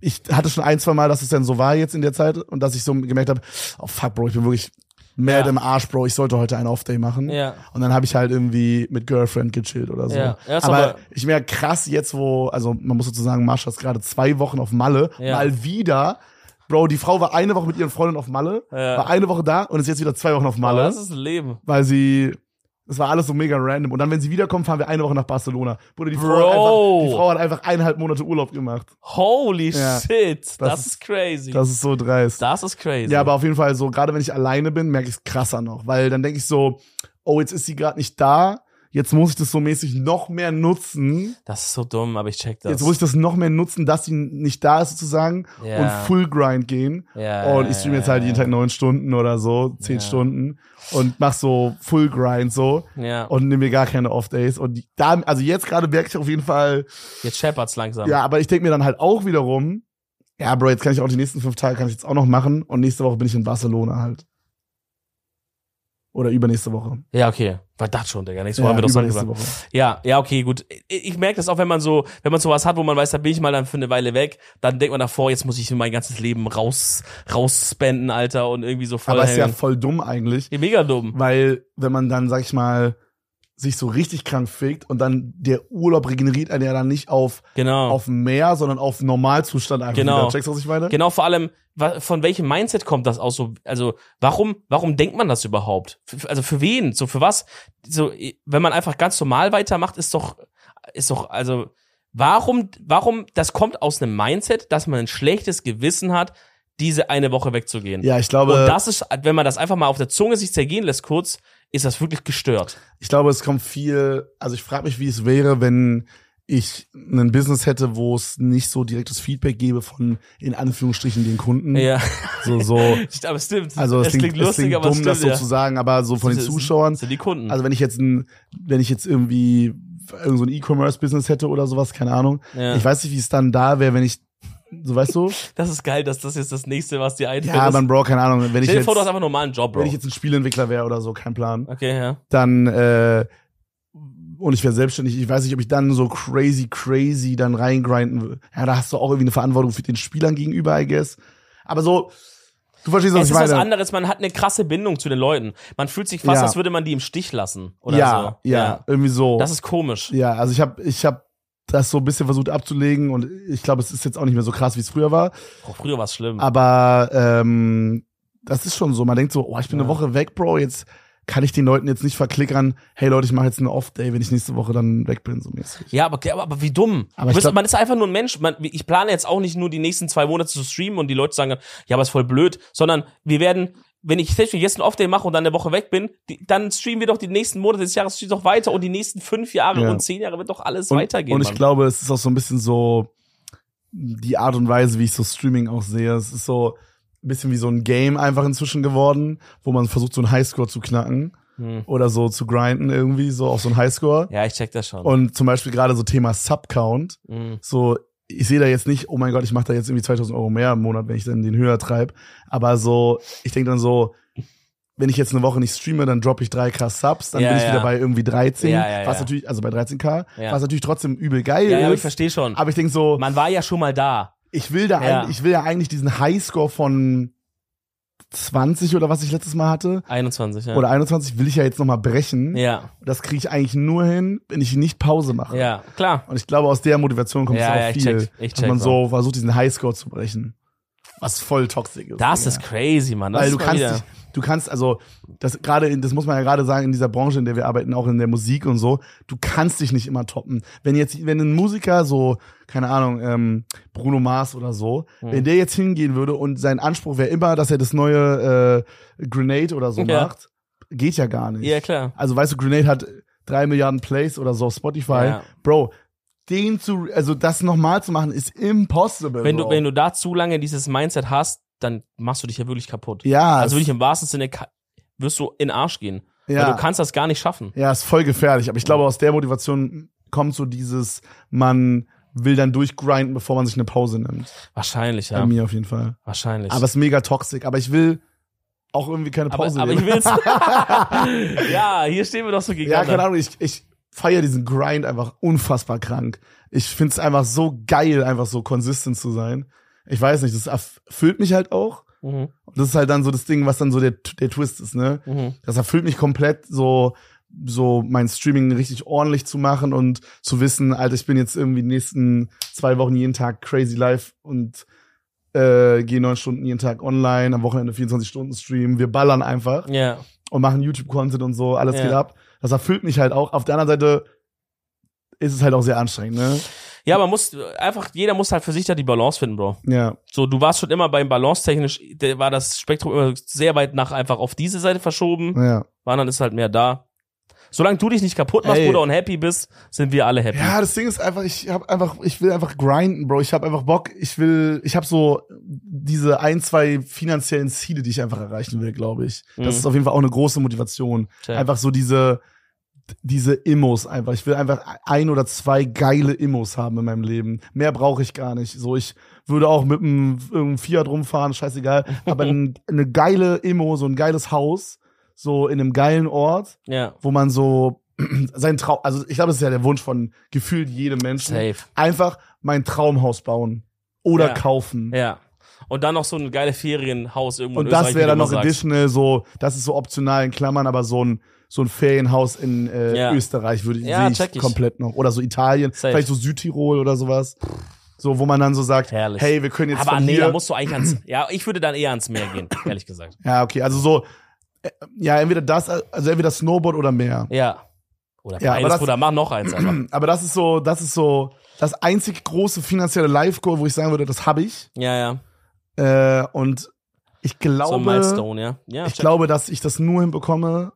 A: ich hatte schon ein, zwei Mal, dass es dann so war jetzt in der Zeit und dass ich so gemerkt habe, oh fuck, Bro, ich bin wirklich mad
B: Ja.
A: im Arsch, Bro, ich sollte heute einen Off-Day machen.
B: Ja.
A: Und dann habe ich halt irgendwie mit Girlfriend gechillt oder so.
B: Ja, ja, ist
A: aber,
B: aber-
A: ich merke krass jetzt, wo, also man muss sozusagen, Marsha ist gerade zwei Wochen auf Malle,
B: Ja.
A: mal wieder. Bro, die Frau war eine Woche mit ihren Freundinnen auf Malle,
B: Ja.
A: war eine Woche da und ist jetzt wieder zwei Wochen auf
B: Aber
A: Malle,
B: das ist ein Leben.
A: weil sie, es war alles so mega random. Und dann, wenn sie wiederkommt, fahren wir eine Woche nach Barcelona. Wurde die Frau,
B: Bro.
A: hat einfach, die Frau hat einfach eineinhalb Monate Urlaub gemacht.
B: Holy
A: Ja.
B: shit, das,
A: Das-
B: ist crazy. Das,
A: Das ist so dreist.
B: ist crazy.
A: Ja, aber auf jeden Fall so, gerade wenn ich alleine bin, merke ich es krasser noch, weil dann denke ich so, oh, jetzt ist sie gerade nicht da, jetzt muss ich das so mäßig noch mehr nutzen,
B: das ist so dumm, aber ich check das.
A: jetzt muss ich das noch mehr nutzen, dass sie nicht da ist sozusagen
B: Ja.
A: und Full Grind gehen.
B: Ja,
A: und
B: ja,
A: ich streame
B: ja,
A: jetzt halt
B: ja.
A: jeden Tag neun Stunden oder so, zehn
B: Ja.
A: Stunden und mach so Full Grind so
B: ja.
A: und nehme mir gar keine Off-Days. Und die- da, also jetzt gerade merke ich auf jeden Fall,
B: Jetzt scheppert's langsam.
A: ja, aber ich denke mir dann halt auch wiederum, ja, Bro, jetzt kann ich auch die nächsten fünf Tage kann ich jetzt auch noch machen und nächste Woche bin ich in Barcelona halt. Oder übernächste Woche.
B: Ja, okay. War das schon, Digga. Nächstes Mal
A: ja,
B: haben wir doch so
A: übernächste
B: gesagt.
A: Woche.
B: Ja, ja, okay, gut. Ich, ich merke das auch, wenn man so, wenn man sowas hat, wo man weiß, da bin ich mal dann für eine Weile weg, dann denkt man davor, jetzt muss ich mein ganzes Leben raus, rausspenden, Alter, und irgendwie so voll
A: Aber ist ja
B: hängen.
A: voll dumm eigentlich,
B: Ja, mega dumm.
A: weil wenn man dann, sag ich mal, sich so richtig krank fickt und dann der Urlaub regeneriert einen ja dann nicht auf,
B: Genau.
A: auf mehr, sondern auf Normalzustand einfach
B: Genau.
A: wieder. Checkst du, was ich meine?
B: Genau, vor allem, wa- von welchem Mindset kommt das aus? So, also, warum, warum denkt man das überhaupt? F- Also, für wen? So, für was? So, i- wenn man einfach ganz normal weitermacht, ist doch, ist doch, also, warum, warum, das kommt aus einem Mindset, dass man ein schlechtes Gewissen hat, diese eine Woche wegzugehen.
A: Ja, ich
B: Und
A: glaube,
B: das ist, wenn man das einfach mal auf der Zunge sich zergehen lässt, kurz, ist das wirklich gestört.
A: ich glaube, es kommt viel, also ich frage mich, wie es wäre, wenn ich ein Business hätte, wo es nicht so direktes Feedback gäbe von, in Anführungsstrichen, den Kunden.
B: Ja, [LAUGHS]
A: So, so.
B: aber es stimmt.
A: Hm. Also es
B: es klingt, lustig,
A: es klingt
B: aber
A: dumm,
B: es
A: das
B: stimmt,
A: so
B: ja.
A: zu sagen, aber so von den
B: Das sind-
A: Zuschauern.
B: Das sind die Kunden.
A: Also wenn ich jetzt ein, wenn ich jetzt irgendwie irgend so ein E-Commerce-Business hätte oder sowas, keine Ahnung.
B: Ja.
A: Ich weiß nicht, wie es dann da wäre, wenn ich, so weißt du?
B: Das ist geil, dass das jetzt das nächste, was dir einfällt.
A: ja,
B: ist.
A: man, Bro, keine Ahnung. Wenn ich,
B: Stell dir
A: jetzt,
B: vor, du hast einfach einen normalen Job, Bro.
A: wenn ich jetzt ein Spieleentwickler wäre oder so, kein Plan,
B: okay, ja.
A: dann, äh, und ich wäre selbstständig, ich weiß nicht, ob ich dann so crazy, crazy dann reingrinden will. Ja, da hast du auch irgendwie eine Verantwortung für den Spielern gegenüber, I guess. Aber so, du verstehst, was
B: Es
A: ich
B: ist
A: meine.
B: was anderes, man hat eine krasse Bindung zu den Leuten. Man fühlt sich fast,
A: Ja.
B: als würde man die im Stich lassen. Oder
A: ja,
B: so.
A: ja, irgendwie so.
B: Das ist komisch.
A: Ja, also ich habe ich hab das so ein bisschen versucht abzulegen und ich glaube, es ist jetzt auch nicht mehr so krass, wie es früher war.
B: Boah, früher war es schlimm.
A: Aber ähm, das ist schon so. Man denkt so, oh, ich bin
B: Ja.
A: eine Woche weg, Bro, jetzt kann ich den Leuten jetzt nicht verklickern, hey Leute, ich mache jetzt einen Off-Day, wenn ich nächste Woche dann weg bin, so mäßig.
B: Ja, aber, aber, aber wie dumm.
A: Aber
B: du
A: ich
B: bist,
A: glaub-
B: man ist einfach nur ein Mensch. Man, ich plane jetzt auch nicht nur die nächsten zwei Monate zu streamen und die Leute sagen, dann, ja, aber ist voll blöd, sondern wir werden, wenn ich selbst jetzt einen Off-Day mache und dann eine Woche weg bin, die, dann streamen wir doch die nächsten Monate des Jahres streamen doch weiter und die nächsten fünf Jahre
A: Ja.
B: und zehn Jahre wird doch alles
A: Und,
B: weitergehen.
A: und ich
B: Mann.
A: glaube, es ist auch so ein bisschen so die Art und Weise, wie ich so Streaming auch sehe. Es ist so ein bisschen wie so ein Game einfach inzwischen geworden, wo man versucht, so einen Highscore zu knacken
B: Hm.
A: oder so zu grinden irgendwie, so auf so einen Highscore.
B: Ja, ich check das schon.
A: Und zum Beispiel gerade so Thema Subcount.
B: Hm.
A: So, ich sehe da jetzt nicht, oh mein Gott, ich mache da jetzt irgendwie 2000 Euro mehr im Monat, wenn ich dann den höher treibe. Aber so, ich denke dann so, wenn ich jetzt eine Woche nicht streame, dann droppe ich 3K Subs, dann
B: Ja,
A: bin ich
B: ja.
A: wieder bei irgendwie 13,
B: Ja, ja,
A: was
B: ja.
A: natürlich, also bei 13K,
B: Ja.
A: was natürlich trotzdem übel geil
B: Ja, ja, aber ich
A: ist.
B: verstehe schon.
A: aber ich denke so,
B: Man war ja schon mal da.
A: ich will da,
B: Ja.
A: eigentlich- ich will ja eigentlich diesen Highscore von 20 oder was ich letztes Mal hatte,
B: 21, ja.
A: oder 21, will ich ja jetzt nochmal brechen.
B: ja,
A: Das kriege ich eigentlich nur hin, wenn ich nicht Pause mache.
B: ja, klar.
A: Und ich glaube, aus der Motivation kommt
B: Ja,
A: es auch
B: ja, ich
A: viel,
B: check, ich
A: dass
B: check,
A: man so versucht, diesen Highscore zu brechen. Was voll toxisch ist.
B: Das
A: Digga.
B: ist crazy, Mann. Das
A: Weil
B: ist
A: du
B: mal
A: kannst,
B: wieder-
A: dich, du kannst, also, das gerade, in- das muss man ja gerade sagen, in dieser Branche, in der wir arbeiten, auch in der Musik und so, du kannst dich nicht immer toppen. Wenn jetzt, wenn ein Musiker so, keine Ahnung, ähm, Bruno Mars oder so,
B: Hm.
A: wenn der jetzt hingehen würde und sein Anspruch wäre immer, dass er das neue äh, Grenade oder so
B: Ja.
A: macht, geht ja gar nicht.
B: Ja, klar.
A: Also weißt du, Grenade hat drei Milliarden Plays oder so auf Spotify.
B: Ja.
A: Bro, den zu, also das nochmal zu machen, ist impossible.
B: Wenn
A: Bro.
B: du, wenn du da zu lange dieses Mindset hast, dann machst du dich ja wirklich kaputt.
A: ja,
B: Also
A: es-
B: wirklich im wahrsten Sinne ka- wirst du in den Arsch gehen. Weil
A: ja,
B: du kannst das gar nicht schaffen.
A: ja, ist voll gefährlich. Aber ich glaube, aus der Motivation kommt so dieses, man will dann durchgrinden, bevor man sich eine Pause nimmt.
B: Wahrscheinlich,
A: Bei
B: ja.
A: mir auf jeden Fall.
B: Wahrscheinlich.
A: Ähm, Aber es ist mega toxisch. Aber ich will auch irgendwie keine
B: aber,
A: Pause
B: aber
A: nehmen. [LAUGHS]
B: ich will's. [LAUGHS] ja, hier stehen wir doch so
A: Ja,
B: gegeneinander.
A: keine Ahnung, ich, ich feiere diesen Grind einfach unfassbar krank. Ich find's einfach so geil, einfach so konsistent zu sein. Ich weiß nicht, das erfüllt mich halt auch.
B: Mhm,
A: Und das ist halt dann so das Ding, was dann so der, der Twist ist, ne?
B: mhm.
A: Das erfüllt mich komplett, so, so mein Streaming richtig ordentlich zu machen und zu wissen, Alter, ich bin jetzt irgendwie die nächsten zwei Wochen jeden Tag crazy live und äh, gehe neun Stunden jeden Tag online, am Wochenende 24 Stunden streamen. Wir ballern einfach
B: Ja,
A: und machen YouTube-Content und so, alles
B: Ja.
A: geht ab. Das erfüllt mich halt auch. Auf der anderen Seite ist es halt auch sehr anstrengend, ne?
B: ja, man muss einfach, jeder muss halt für sich da die Balance finden, Bro.
A: Ja,
B: So, du warst schon immer beim Balance technisch, der- war das Spektrum immer sehr weit nach einfach auf diese Seite verschoben.
A: ja.
B: Wandern ist halt mehr da. Solange du dich nicht kaputt machst,
A: Ey.
B: Bruder, und happy bist, sind wir alle happy.
A: Ja, das Ding ist einfach, ich hab einfach, ich will einfach grinden, Bro. Ich hab einfach Bock, ich will, ich hab so diese ein, zwei finanziellen Ziele, die ich einfach erreichen will, glaube ich. Das
B: Mhm.
A: ist auf jeden Fall auch eine große Motivation.
B: Check.
A: Einfach so diese, diese Immos einfach. Ich will einfach ein oder zwei geile Immos haben in meinem Leben. Mehr brauche ich gar nicht. So, ich würde auch mit einem, irgendeinem Fiat rumfahren, scheißegal. Aber ein, eine geile Immo, so ein geiles Haus, so in einem geilen Ort
B: ja,
A: wo man so [CLEARS THROAT] sein Traum, also ich glaube, das ist ja der Wunsch von gefühlt jedem Menschen.
B: safe.
A: Einfach mein Traumhaus bauen oder
B: Ja.
A: kaufen.
B: Ja. Und dann noch so ein geiles Ferienhaus irgendwo in
A: Und das
B: Österreich, wie
A: wäre
B: du
A: dann noch
B: immer sagst.
A: additional, so, das ist so optional in Klammern, aber so ein, so ein Ferienhaus in äh,
B: Ja.
A: Österreich würde
B: Ja,
A: sehe ich,
B: check ich.
A: komplett noch. Oder so Italien,
B: Safe.
A: vielleicht so Südtirol oder sowas. So, wo man dann so sagt,
B: Herrlich.
A: hey, wir können jetzt
B: Aber
A: von
B: nee,
A: hier.
B: da musst du eigentlich ans. [CLEARS THROAT] Ja, ich würde dann eher ans Meer gehen, ehrlich gesagt.
A: ja, okay, also so, äh, ja, entweder das, also entweder Snowboard oder Meer.
B: Ja. Oder
A: Ja, aber
B: beides,
A: das-
B: Bruder, mach noch eins einfach.
A: [CLEARS THROAT] Aber das ist so, das ist so das einzig große finanzielle Life-Goal, wo ich sagen würde, das habe ich.
B: Ja, ja.
A: Äh, und ich
B: So ein
A: glaube,
B: Milestone, ja. Ja,
A: ich
B: check.
A: glaube, dass ich das nur hinbekomme,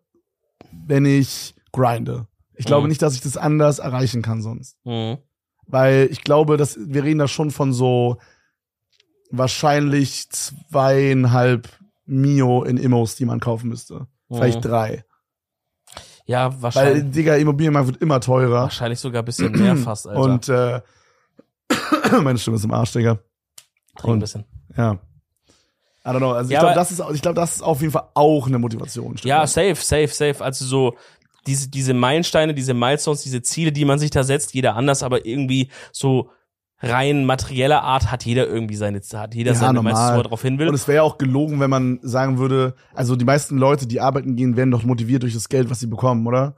A: wenn ich grinde. Ich glaube
B: Mhm.
A: nicht, dass ich das anders erreichen kann sonst.
B: Mhm.
A: Weil ich glaube, dass wir reden da schon von so wahrscheinlich zweieinhalb Mio in Immos, die man kaufen müsste. Vielleicht
B: Mhm.
A: drei.
B: Ja,
A: Weil,
B: wahrscheinlich,
A: Digga, Immobilienmarkt wird immer teurer.
B: wahrscheinlich sogar ein bisschen
A: [CLEARS THROAT]
B: mehr fast, Alter.
A: Und äh, [CLEARS THROAT] meine Stimme ist im Arsch, Digga.
B: Trink ein bisschen.
A: Ja. I don't know. Also
B: Ja,
A: ich glaube,
B: aber-
A: das ist, ich glaube, das ist auf jeden Fall auch eine Motivation. ein Stück
B: Ja,
A: weit.
B: safe, safe, safe. Also so diese, diese Meilensteine, diese Milestones, diese Ziele, die man sich da setzt, jeder anders, aber irgendwie so rein materieller Art hat jeder irgendwie seine, hat jeder
A: Ja,
B: seine
A: normal.
B: Milestones, wo er drauf hin
A: Und
B: will.
A: es wäre ja auch gelogen, wenn man sagen würde, also die meisten Leute, die arbeiten gehen, werden doch motiviert durch das Geld, was sie bekommen, oder?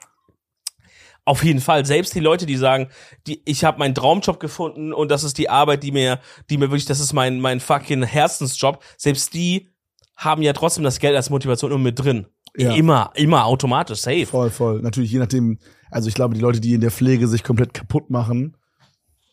B: Auf jeden Fall. Selbst die Leute, die sagen, die, ich habe meinen Traumjob gefunden und das ist die Arbeit, die mir, die mir wirklich, das ist mein, mein fucking Herzensjob, selbst die haben ja trotzdem das Geld als Motivation immer mit drin.
A: Ja.
B: Immer, immer automatisch, safe.
A: Voll, voll. Natürlich, je nachdem, also ich glaube, die Leute, die in der Pflege sich komplett kaputt machen,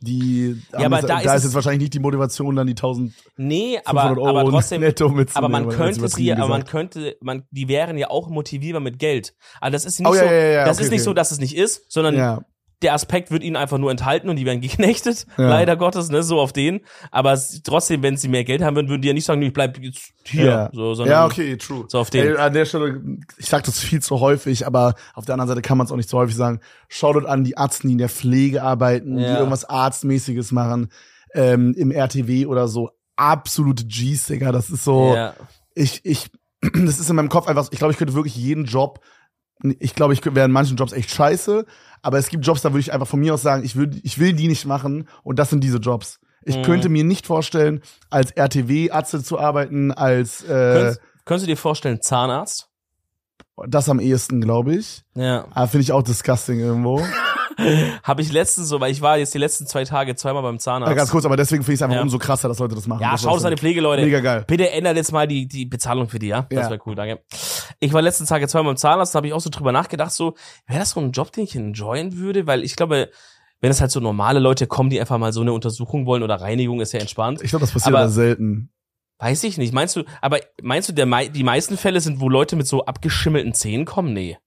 A: die
B: Ja, aber
A: haben jetzt-
B: da ist
A: ist
B: es-
A: jetzt wahrscheinlich nicht die Motivation, dann die 1500
B: Nee, aber,
A: Euro
B: aber
A: [LAUGHS]
B: trotzdem,
A: netto mitzunehmen.
B: aber man
A: jetzt
B: könnte sie,
A: übertrieben
B: aber man
A: gesagt.
B: könnte, man, die wären ja auch motivierbar mit Geld. Also das ist nicht
A: Oh,
B: so,
A: ja, ja, ja,
B: das
A: okay,
B: ist nicht
A: okay.
B: so, dass es nicht ist, sondern
A: ja.
B: der Aspekt wird ihnen einfach nur enthalten und die werden [LAUGHS] geknechtet,
A: Ja.
B: leider Gottes, ne, so auf den. Aber s- trotzdem, wenn sie mehr Geld haben würden, würden die ja nicht sagen, nee, ich bleib jetzt hier,
A: Ja.
B: so, sondern
A: ja, okay, true.
B: so auf den.
A: Ey, an der Stelle, ich sag das viel zu häufig, aber auf der anderen Seite kann man es auch nicht zu häufig sagen. Shoutout an die Ärzte, die in der Pflege arbeiten, die
B: Ja.
A: irgendwas Arztmäßiges machen, ähm, im RTW oder so. Absolute Gs, Digga. Das ist so, äh,
B: ja.
A: ich, ich, [CLEARS THROAT] das ist in meinem Kopf einfach, so- ich glaube, ich könnte wirklich jeden Job, ich glaube, ich wäre in manchen Jobs echt scheiße, aber es gibt Jobs, da würde ich einfach von mir aus sagen, ich will, ich will die nicht machen und das sind diese Jobs. Ich
B: Mhm.
A: könnte mir nicht vorstellen, als RTW-Atze zu arbeiten, als äh,
B: Könntest, könntest du dir vorstellen, Zahnarzt?
A: das am ehesten, glaube ich.
B: Ja.
A: Aber finde ich auch disgusting irgendwo.
B: Habe ich letztens so, weil ich war jetzt die letzten zwei Tage zweimal beim
A: Aber ganz
B: Zahnarzt.
A: kurz, aber deswegen finde ich es einfach
B: Ja.
A: umso krasser, dass Leute das machen.
B: Ja,
A: das
B: schaut es
A: war's.
B: an die Pflege, Leute.
A: Mega geil.
B: Bitte ändert jetzt mal die, die Bezahlung für die, ja? Das
A: Ja.
B: wäre cool, danke. Ich war letzten Tage zweimal beim Zahnarzt, da habe ich auch so drüber nachgedacht, so, wäre das so ein Job, den ich enjoyen würde? Weil ich glaube, wenn es halt so normale Leute kommen, die einfach mal so eine Untersuchung wollen oder Reinigung ist ja entspannt.
A: Ich glaube, das passiert
B: Aber-
A: aber selten.
B: Weiß ich nicht. Meinst du, aber meinst du, der, mei- die meisten Fälle sind, wo Leute mit so abgeschimmelten Zähnen kommen? Nee.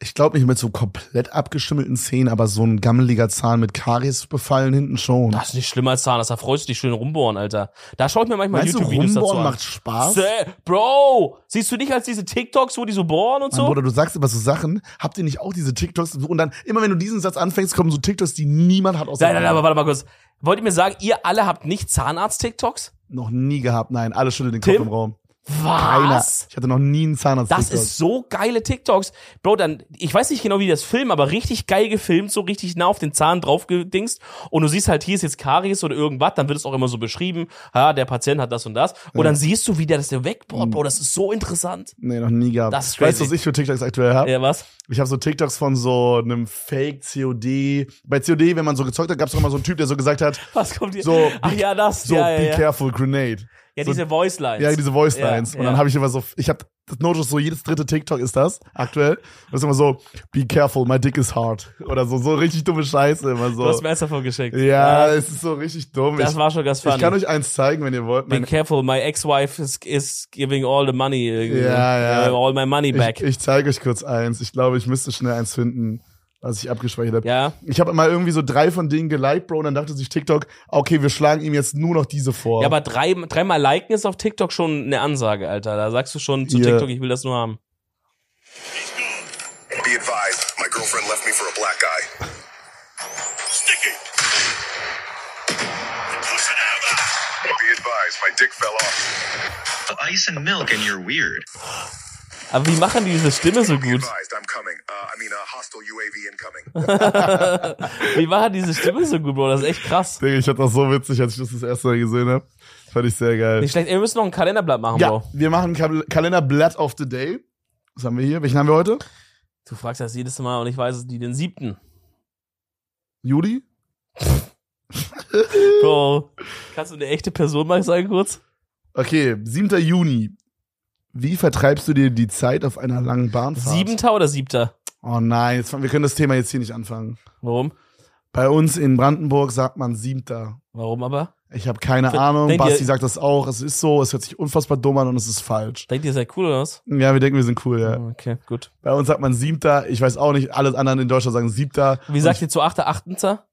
A: Ich glaube nicht mit so komplett abgeschimmelten Zähnen, aber so ein gammeliger Zahn mit Karies befallen hinten schon.
B: Das ist nicht schlimmer als Zahnarzt, da freust du dich schön rumbohren, Alter. Da schaue ich mir manchmal
A: Meinst du,
B: YouTube-Videos dazu
A: Rumbohren
B: an.
A: macht Spaß?
B: Sä- Bro, siehst du nicht als diese TikToks, wo die so bohren und
A: Mann,
B: so?
A: Bruder, du sagst immer so Sachen, habt ihr nicht auch diese TikToks? Und dann, immer wenn du diesen Satz anfängst, kommen so TikToks, die niemand hat außer
B: Nein, nein, nein,
A: mir.
B: aber warte mal kurz. Wollt ihr mir sagen, ihr alle habt nicht Zahnarzt-Tiktoks?
A: Noch nie gehabt, nein. Alle schütteln den
B: Tim?
A: Kopf im Raum. Keiner.
B: Was?
A: Ich hatte noch nie einen Zahnarzt.
B: Das ist so geile TikToks. Bro, dann, ich weiß nicht genau, wie die das filmen, aber richtig geil gefilmt, so richtig nah auf den Zahn draufgedingst. Und du siehst halt, hier ist jetzt Karies oder irgendwas, dann wird es auch immer so beschrieben, ja, der Patient hat das und das. Und dann siehst du, wie der das der
A: Mhm.
B: wegbohrt, Bro, das ist so interessant.
A: Nee, noch nie gehabt.
B: Das ist
A: weißt du,
B: crazy.
A: was ich für TikToks aktuell habe?
B: Ja, was?
A: Ich habe so TikToks von so einem Fake COD. Bei COD, wenn man so gezockt hat, gab es immer so einen Typ, der so gesagt hat,
B: Was kommt hier?
A: So,
B: Ach
A: be-
B: ja, das.
A: so
B: ja, ja,
A: be
B: ja.
A: careful grenade.
B: ja,
A: so-
B: diese Voice-Lines.
A: Ja, diese Voice
B: Ja,
A: Lines. Und
B: ja.
A: dann habe ich immer so, ich habe das Notice so jedes dritte TikTok ist das aktuell. Das ist immer so be careful, my dick is hard oder so so richtig dumme Scheiße immer
B: Du hast
A: so.
B: mir eins davon geschickt.
A: Ja, es ist so richtig dumm.
B: Das
A: ich,
B: war schon ganz funny.
A: ich kann euch eins zeigen, wenn ihr wollt.
B: Be
A: Mein,
B: careful, my ex-wife is, is giving all the money. irgendwie.
A: Ja, ja.
B: Uh, All my money back.
A: ich ich zeige euch kurz eins. Ich glaube, ich müsste schnell eins finden, was ich abgespeichert habe.
B: ja.
A: Ich habe mal irgendwie so drei von denen geliked, Bro, und dann dachte sich TikTok, okay, wir schlagen ihm jetzt nur noch diese vor.
B: Ja, aber drei, dreimal liken ist auf TikTok schon eine Ansage, Alter. Da sagst du schon zu
A: Ja.
B: TikTok, ich will das nur haben.
C: Be advised, my girlfriend left me for a black eye. Stick it. Push it out. Be advised, my dick fell off.
D: ice and milk and you're weird.
B: Aber wie machen die diese Stimme so
C: Be
B: gut?
C: advised, I'm coming. Uh, I mean, a hostile UAV incoming.
B: Wie machen diese Stimme so gut, Bro? Das ist echt krass.
A: Digga, ich fand das so witzig, als ich das das erste Mal gesehen habe. Fand ich sehr geil.
B: Nicht schlecht. Ey, wir müssen noch ein Kalenderblatt machen,
A: Ja,
B: Bro.
A: wir machen Kal Kalenderblatt of the Day. Was haben wir hier? Welchen haben wir heute?
B: Du fragst das jedes Mal und ich weiß es nie. Den siebten.
A: Juli?
B: Bro, kannst du eine echte Person mal sagen kurz?
A: Okay, 7. Juni. Wie vertreibst du dir die Zeit auf einer langen Bahnfahrt?
B: Siebenter oder siebter?
A: Oh nein, jetzt, fang- wir können das Thema jetzt hier nicht anfangen.
B: Warum?
A: Bei uns in Brandenburg sagt man Siebter.
B: Warum aber?
A: Ich habe keine
B: Ver-
A: Ahnung.
B: denkt
A: Basti
B: ihr-
A: sagt das auch. Es ist so, es hört sich unfassbar dumm an und es ist falsch.
B: Denkt ihr, ihr seid cool oder was?
A: Ja, wir denken, wir sind cool, ja.
B: Okay, gut.
A: Bei uns sagt man Siebter. Ich weiß auch nicht, alle anderen in Deutschland sagen Siebter.
B: Wie sagt ihr zu achter, achtenter?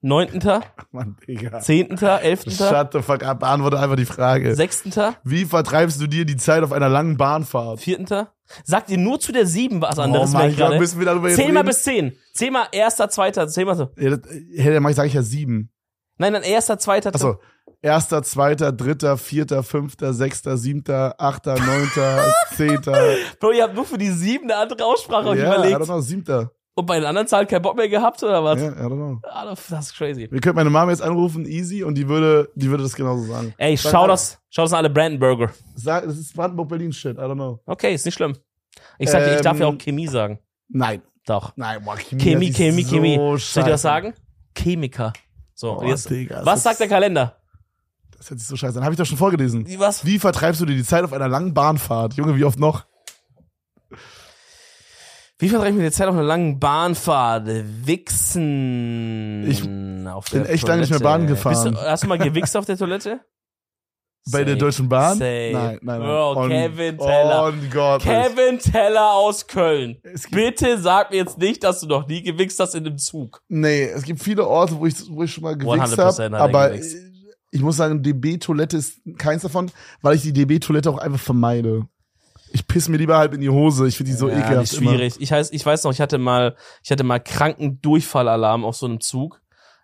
B: Neunter?
A: Mann, Digga.
B: Zehnter? Elfter?
A: Shut the fuck up. Beantworte einfach die Frage.
B: Sechstenter?
A: Wie vertreibst du dir die Zeit auf einer langen Bahnfahrt?
B: Viertenter? Sagt ihr nur zu der 7 was anderes? merke ich
A: Oh Gott,
B: gerade.
A: müssen wir darüber jetzt
B: Zähl mal
A: reden?
B: bis 10. Zähl mal erster, zweiter, zähl mal so.
A: Ja, das, ja, dann mach ich, sag ich ja sieben.
B: Nein, dann erster, zweiter, dritter.
A: Achso. Erster, zweiter, dritter, vierter, fünfter, sechster, siebter, achter,
B: [LAUGHS]
A: neunter, zehnter.
B: Bro, ihr habt nur für die 7 eine andere Aussprache euch
A: Ja, I don't
B: überlegt.
A: know, siebter.
B: Und bei den anderen Zahlen keinen Bock mehr gehabt, oder
A: Ja,
B: was?
A: I don't know.
B: Ah, das das ist crazy.
A: Wir könnten meine Mama jetzt anrufen, easy, und die würde, die würde das genauso sagen.
B: Ey,
A: Sag
B: schau
A: mal.
B: das, schau das an alle Brandenburger.
A: Sag, das ist Brandenburg-Berlin-Shit, I don't know.
B: Okay, ist nicht schlimm. Ich sag dir, ich darf ja
A: Ähm.
B: auch Chemie sagen.
A: Nein,
B: Doch.
A: nein, boah, Chemie,
B: Chemie,
A: das ist
B: Chemie,
A: so
B: Chemie. Soll ich dir
A: scheiße.
B: was sagen? Chemiker. So,
A: Boah,
B: und jetzt,
A: Digga,
B: was
A: das
B: sagt
A: ist-
B: der Kalender?
A: Das hört sich so scheiße an. Habe ich doch schon vorgelesen.
B: Die- Was?
A: Wie vertreibst du dir die Zeit auf einer langen Bahnfahrt? Junge, wie oft noch?
B: Wie verbringe ich mir die Zeit auf einer langen Bahnfahrt? Wichsen.
A: Ich
B: auf
A: bin
B: der
A: echt lange nicht mehr Bahn
B: Toilette.
A: gefahren.
B: Bist du, hast du mal gewichst auf der Toilette?
A: [LAUGHS] Bei der
B: Safe,
A: Deutschen Bahn?
B: safe.
A: Nein, nein, nein.
B: Bro,
A: On-
B: Kevin Teller.
A: On God.
B: Kevin Teller aus Köln.
A: Es gibt-
B: Bitte sag mir jetzt nicht, dass du noch nie gewichst hast in einem Zug.
A: Nee, es gibt viele Orte, wo ich, wo ich schon mal gewichst
B: 100% hat
A: habe,
B: er
A: aber
B: gewichst.
A: äh, ich muss sagen, DB-Toilette ist keins davon, weil ich die DB-Toilette auch einfach vermeide. Ich pisse mir lieber halb in die Hose, ich finde die so
B: ja,
A: ekelhaft.
B: nicht schwierig. Ich, heiß, ich weiß noch, ich hatte mal, ich hatte mal kranken Durchfallalarm auf so einem Zug,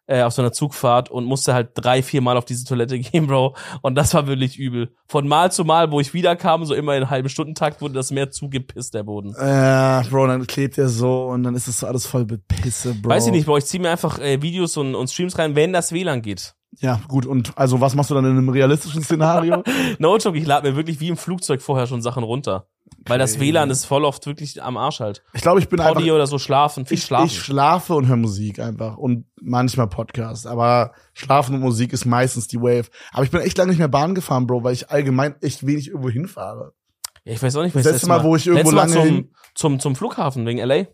B: äh, auf so einer Zugfahrt und musste halt drei, vier Mal auf diese Toilette [LAUGHS] gehen, Bro. Und das war wirklich übel. Von Mal zu Mal, wo ich wiederkam, so immer in einem halben Stundentakt, wurde das Meer zugepisst, der Boden.
A: Immer. Äh, Bro, dann klebt der so und dann ist das so alles voll mit Pisse, Bro.
B: Weiß ich nicht, Bro, ich ziehe mir einfach äh, Videos und, und Streams rein, wenn das WLAN geht.
A: Ja, gut, und also was machst du dann in einem realistischen
B: [LAUGHS]
A: Szenario?
B: No joke, ich lade mir wirklich wie im Flugzeug vorher schon Sachen runter. Weil das
A: Crazy.
B: WLAN ist voll oft wirklich am Arsch halt.
A: Ich glaube, ich bin einfach
B: Audi oder so schlafen, viel
A: ich,
B: schlafen.
A: ich schlafe und höre Musik einfach und manchmal Podcast, aber Schlafen und Musik ist meistens die Wave. Aber ich bin echt lange nicht mehr Bahn gefahren, Bro, weil ich allgemein echt wenig irgendwo hinfahre.
B: Ja, ich weiß auch nicht,
A: Das
B: welches
A: letzte Mal, wo ich irgendwo
B: Letztes
A: lange
B: Mal
A: hin-
B: zum, zum, zum Flughafen wegen LA.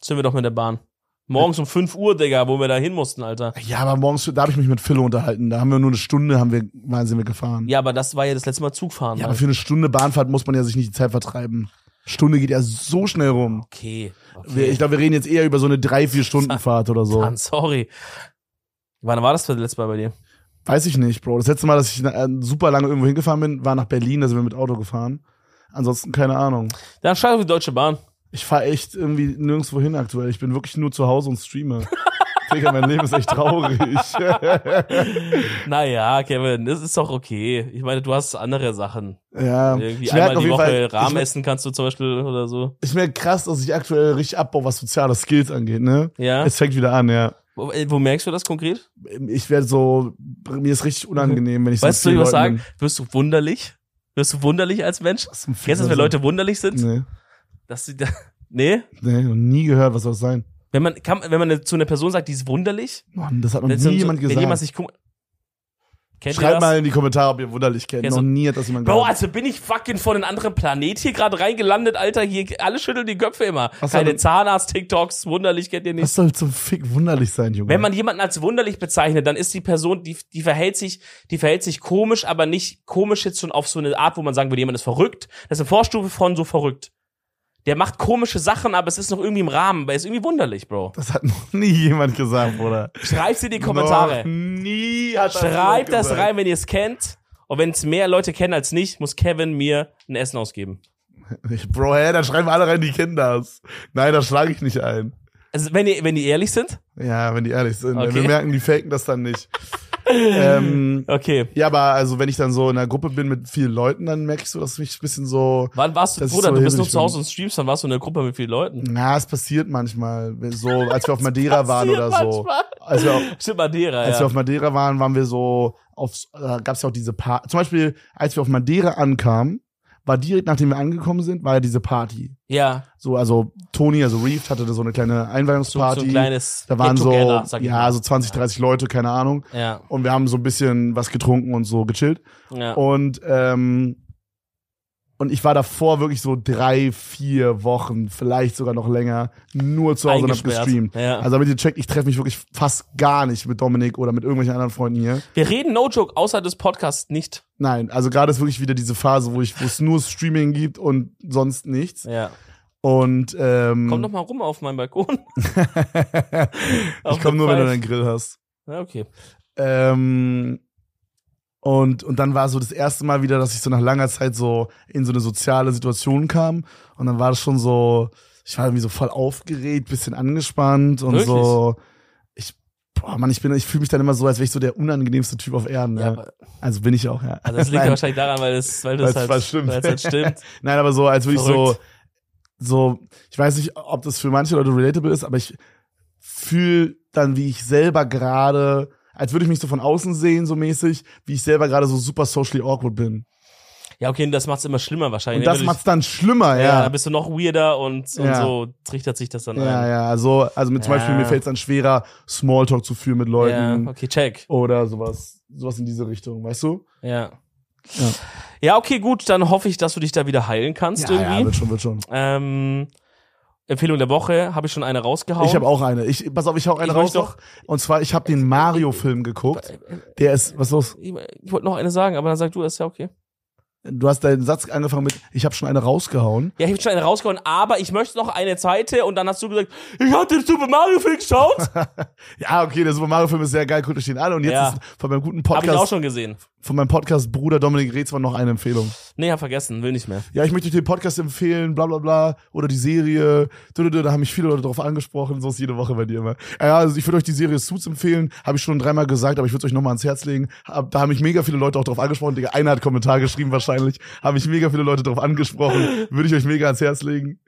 B: Sind wir doch mit der Bahn. Morgens um 5 Uhr, Digga, wo wir da hin mussten, Alter.
A: Ja, aber morgens, da habe ich mich mit Philo unterhalten. Da haben wir nur eine Stunde, haben wir, waren, sind wir gefahren.
B: Ja, aber das war ja das letzte Mal Zugfahren.
A: ja,
B: Ja,
A: aber für eine Stunde Bahnfahrt muss man ja sich nicht die Zeit vertreiben. Stunde geht ja so schnell rum.
B: okay.
A: Wir, ich
B: okay.
A: glaube, wir reden jetzt eher über so eine drei, vier Stunden Fahrt oder so.
B: Mann, sorry. Wann war das für das letzte Mal bei dir?
A: Weiß ich nicht, Bro. Das letzte Mal, dass ich äh, super lange irgendwo hingefahren bin, war nach Berlin, da sind wir mit Auto gefahren. Ansonsten keine Ahnung.
B: Dann scheiß auf die Deutsche Bahn.
A: Ich fahre echt irgendwie nirgendwo hin aktuell. Ich bin wirklich nur zu Hause und
B: [LAUGHS]
A: streame. Digga, mein Leben ist echt traurig.
B: Naja, Kevin, das ist doch okay. Ich meine, du hast andere Sachen.
A: ja,
B: Irgendwie
A: ich
B: einmal
A: merke auf
B: die
A: jeden
B: Woche
A: Fall, ich
B: Rahmen
A: merk-
B: essen kannst du zum Beispiel oder so.
A: ich merke krass, dass ich aktuell richtig abbaue, was soziale Skills angeht, ne?
B: Ja.
A: Es fängt wieder an, ja.
B: Wo, äh, wo merkst du das konkret?
A: Ich werde so, mir ist richtig unangenehm, wenn ich so
B: Weißt du, soll ich was sagen? Wirst du wunderlich? Wirst du wunderlich als Mensch? Kennst du, dass wenn Leute wunderlich sind?
A: Also- Nee,
B: Dass sie da, [LAUGHS] nee?
A: nee, noch nie gehört, was soll das sein?
B: Wenn man, kann, wenn man zu einer Person sagt, die ist wunderlich,
A: Mann, das hat noch
B: wenn,
A: nie
B: so-
A: jemand
B: wenn
A: gesagt.
B: jemand sich guckt. Kennt ihr
A: Schreibt
B: das?
A: mal in die Kommentare, ob ihr wunderlich kennt.
B: Kennst
A: Noch
B: du-
A: nie hat das jemand
B: Bro,
A: gesagt.
B: also bin ich fucking von einem anderen Planet hier gerade reingelandet, Alter. Hier, alle schütteln die Köpfe immer.
A: Was
B: Keine
A: soll-
B: Zahnarzt-TikToks, wunderlich kennt ihr nicht.
A: Was soll zum Fick wunderlich sein, Junge?
B: Wenn man jemanden als wunderlich bezeichnet, dann ist die Person, die, die verhält sich, die verhält sich komisch, aber nicht komisch jetzt schon auf so eine Art, wo man sagen würde, jemand ist verrückt. Das ist eine Vorstufe von so verrückt. Der macht komische Sachen, aber es ist noch irgendwie im Rahmen, aber er ist irgendwie wunderlich, Bro.
A: das hat noch nie jemand gesagt, Bruder.
B: Schreibt's in die Kommentare.
A: Noch nie hat das jemand
B: Schreibt das
A: gesagt.
B: rein, wenn ihr es kennt. Und wenn es mehr Leute kennen als nicht, muss Kevin mir ein Essen ausgeben.
A: Ich, Bro, hä, da schreiben alle rein, die kennen das. Nein, das schlage ich nicht ein.
B: Also wenn die, wenn die ehrlich sind.
A: Ja, wenn die ehrlich sind. ne?
B: Okay.
A: Wir merken, die faken das dann
B: [LAUGHS]
A: nicht. ähm,
B: Okay.
A: ja, aber also wenn ich dann so in einer Gruppe bin mit vielen Leuten, dann merke ich so, dass mich ein bisschen so.
B: Wann warst du,
A: Das ist
B: Bruder?
A: so
B: du bist noch
A: hibbelig,
B: zu Hause und streamst, dann warst du in der Gruppe mit vielen Leuten.
A: Na, es passiert manchmal. So, als wir
B: [LAUGHS]
A: auf Madeira waren oder so.
B: Manchmal.
A: Als
B: [LAUGHS]
A: wir auf,
B: Stimmt, Madeira,
A: als
B: ja.
A: wir auf Madeira waren, waren wir so auf, da gab's ja auch diese Party. Zum Beispiel, als wir auf Madeira ankamen, war direkt nachdem wir angekommen sind, war ja diese Party.
B: ja.
A: So, also Tony, also Reef hatte da so eine kleine
B: so, so
A: Einweihungsparty.
B: ein kleines
A: Da waren so,
B: Get-Together, sag ich
A: ja,
B: mal.
A: so 20, 30 Leute, keine Ahnung.
B: ja,
A: Und wir haben so ein bisschen was getrunken und so gechillt.
B: ja.
A: Und, ähm, und ich war davor wirklich so drei, vier Wochen, vielleicht sogar noch länger, nur zu Hause und hab
B: Eingesperrt.
A: gestreamt.
B: Ja.
A: Also damit ihr checkt, ich treffe mich wirklich fast gar nicht mit Dominik oder mit irgendwelchen anderen Freunden hier.
B: Wir reden no joke außer des Podcasts nicht.
A: Nein, also gerade ist wirklich wieder diese Phase, wo ich, wo es nur Streaming gibt und sonst nichts.
B: Ja.
A: Und ähm,
B: Komm doch mal rum auf meinen Balkon. [LAUGHS]
A: [LAUGHS] ich komme nur, wenn du
B: Pfeif.
A: deinen Grill hast.
B: Ja, okay.
A: Ähm, Und, und dann war so das erste Mal wieder, dass ich so nach langer Zeit so in so eine soziale Situation kam. Und dann war das schon so, ich war irgendwie so voll aufgeregt, bisschen angespannt und
B: Wirklich?
A: so. Ich, boah, Mann, ich bin, ich fühle mich dann immer so, als wäre ich so der unangenehmste Typ auf Erden.
B: Ja,
A: Ja,
B: aber-
A: Also bin ich auch, ja.
B: Also das liegt
A: [LAUGHS]
B: ja
A: Nein.
B: wahrscheinlich daran, weil das, weil das
A: Weil's-
B: halt,
A: weil's stimmt.
B: Weil das halt
A: [LAUGHS]
B: stimmt.
A: Nein, aber so, als würde ich so,
B: Verrückt.
A: so, ich weiß nicht, ob das für manche Leute relatable ist, aber ich fühle dann, wie ich selber gerade, als würde ich mich so von außen sehen, so mäßig, wie ich selber gerade so super socially awkward bin.
B: Ja, okay, und das macht's immer schlimmer wahrscheinlich.
A: Und
B: ne?
A: das
B: Wenn du dich-
A: macht's dann schlimmer,
B: ja,
A: ja.
B: dann bist du noch weirder und, und
A: Ja.
B: so trichtert sich das dann
A: Ja,
B: ein.
A: ja, also, also mit zum
B: Ja.
A: Beispiel, mir fällt's dann schwerer, Smalltalk zu führen mit Leuten
B: ja, okay, check.
A: oder sowas, sowas in diese Richtung, weißt du?
B: Ja.
A: Ja.
B: Ja, okay, gut, dann hoffe ich, dass du dich da wieder heilen kannst
A: ja, ja,
B: irgendwie.
A: wird schon, wird schon.
B: ähm, Empfehlung der Woche, habe ich schon eine rausgehauen.
A: Ich habe auch eine. Ich, pass auf, ich hau eine
B: Ich Äh,
A: raus
B: möchte
A: noch. Und zwar, ich habe den Mario-Film
B: äh,
A: geguckt. Der ist, was ist los?
B: Ich, ich wollte noch eine sagen, aber dann sag du, das ist ja okay.
A: Du hast deinen Satz angefangen mit, ich habe schon eine rausgehauen.
B: Ja, ich habe schon eine rausgehauen, aber ich möchte noch eine zweite und dann hast du gesagt, ich hab den Super Mario
A: [LAUGHS]
B: Film geschaut.
A: Ja, okay, der Super Mario Film ist sehr geil, guckt euch den an. Und jetzt
B: Ja.
A: ist von meinem guten
B: habe ich auch
A: Podcast,
B: schon gesehen.
A: von meinem Podcast Bruder Dominik Reetzmann noch eine Empfehlung.
B: Nee, hab vergessen, will nicht mehr.
A: Ja, ich möchte euch den Podcast empfehlen, bla bla bla, oder die Serie. Du, du, du, Da haben mich viele Leute drauf angesprochen, so ist jede Woche bei dir immer. Ja, also ich würde euch die Serie Suits empfehlen, habe ich schon dreimal gesagt, aber ich würde es euch nochmal ans Herz legen. Hab- Da haben mich mega viele Leute auch drauf angesprochen. Digga, einer hat Kommentar geschrieben wahrscheinlich, haben mich mega viele Leute drauf angesprochen. Würde ich euch mega ans Herz legen.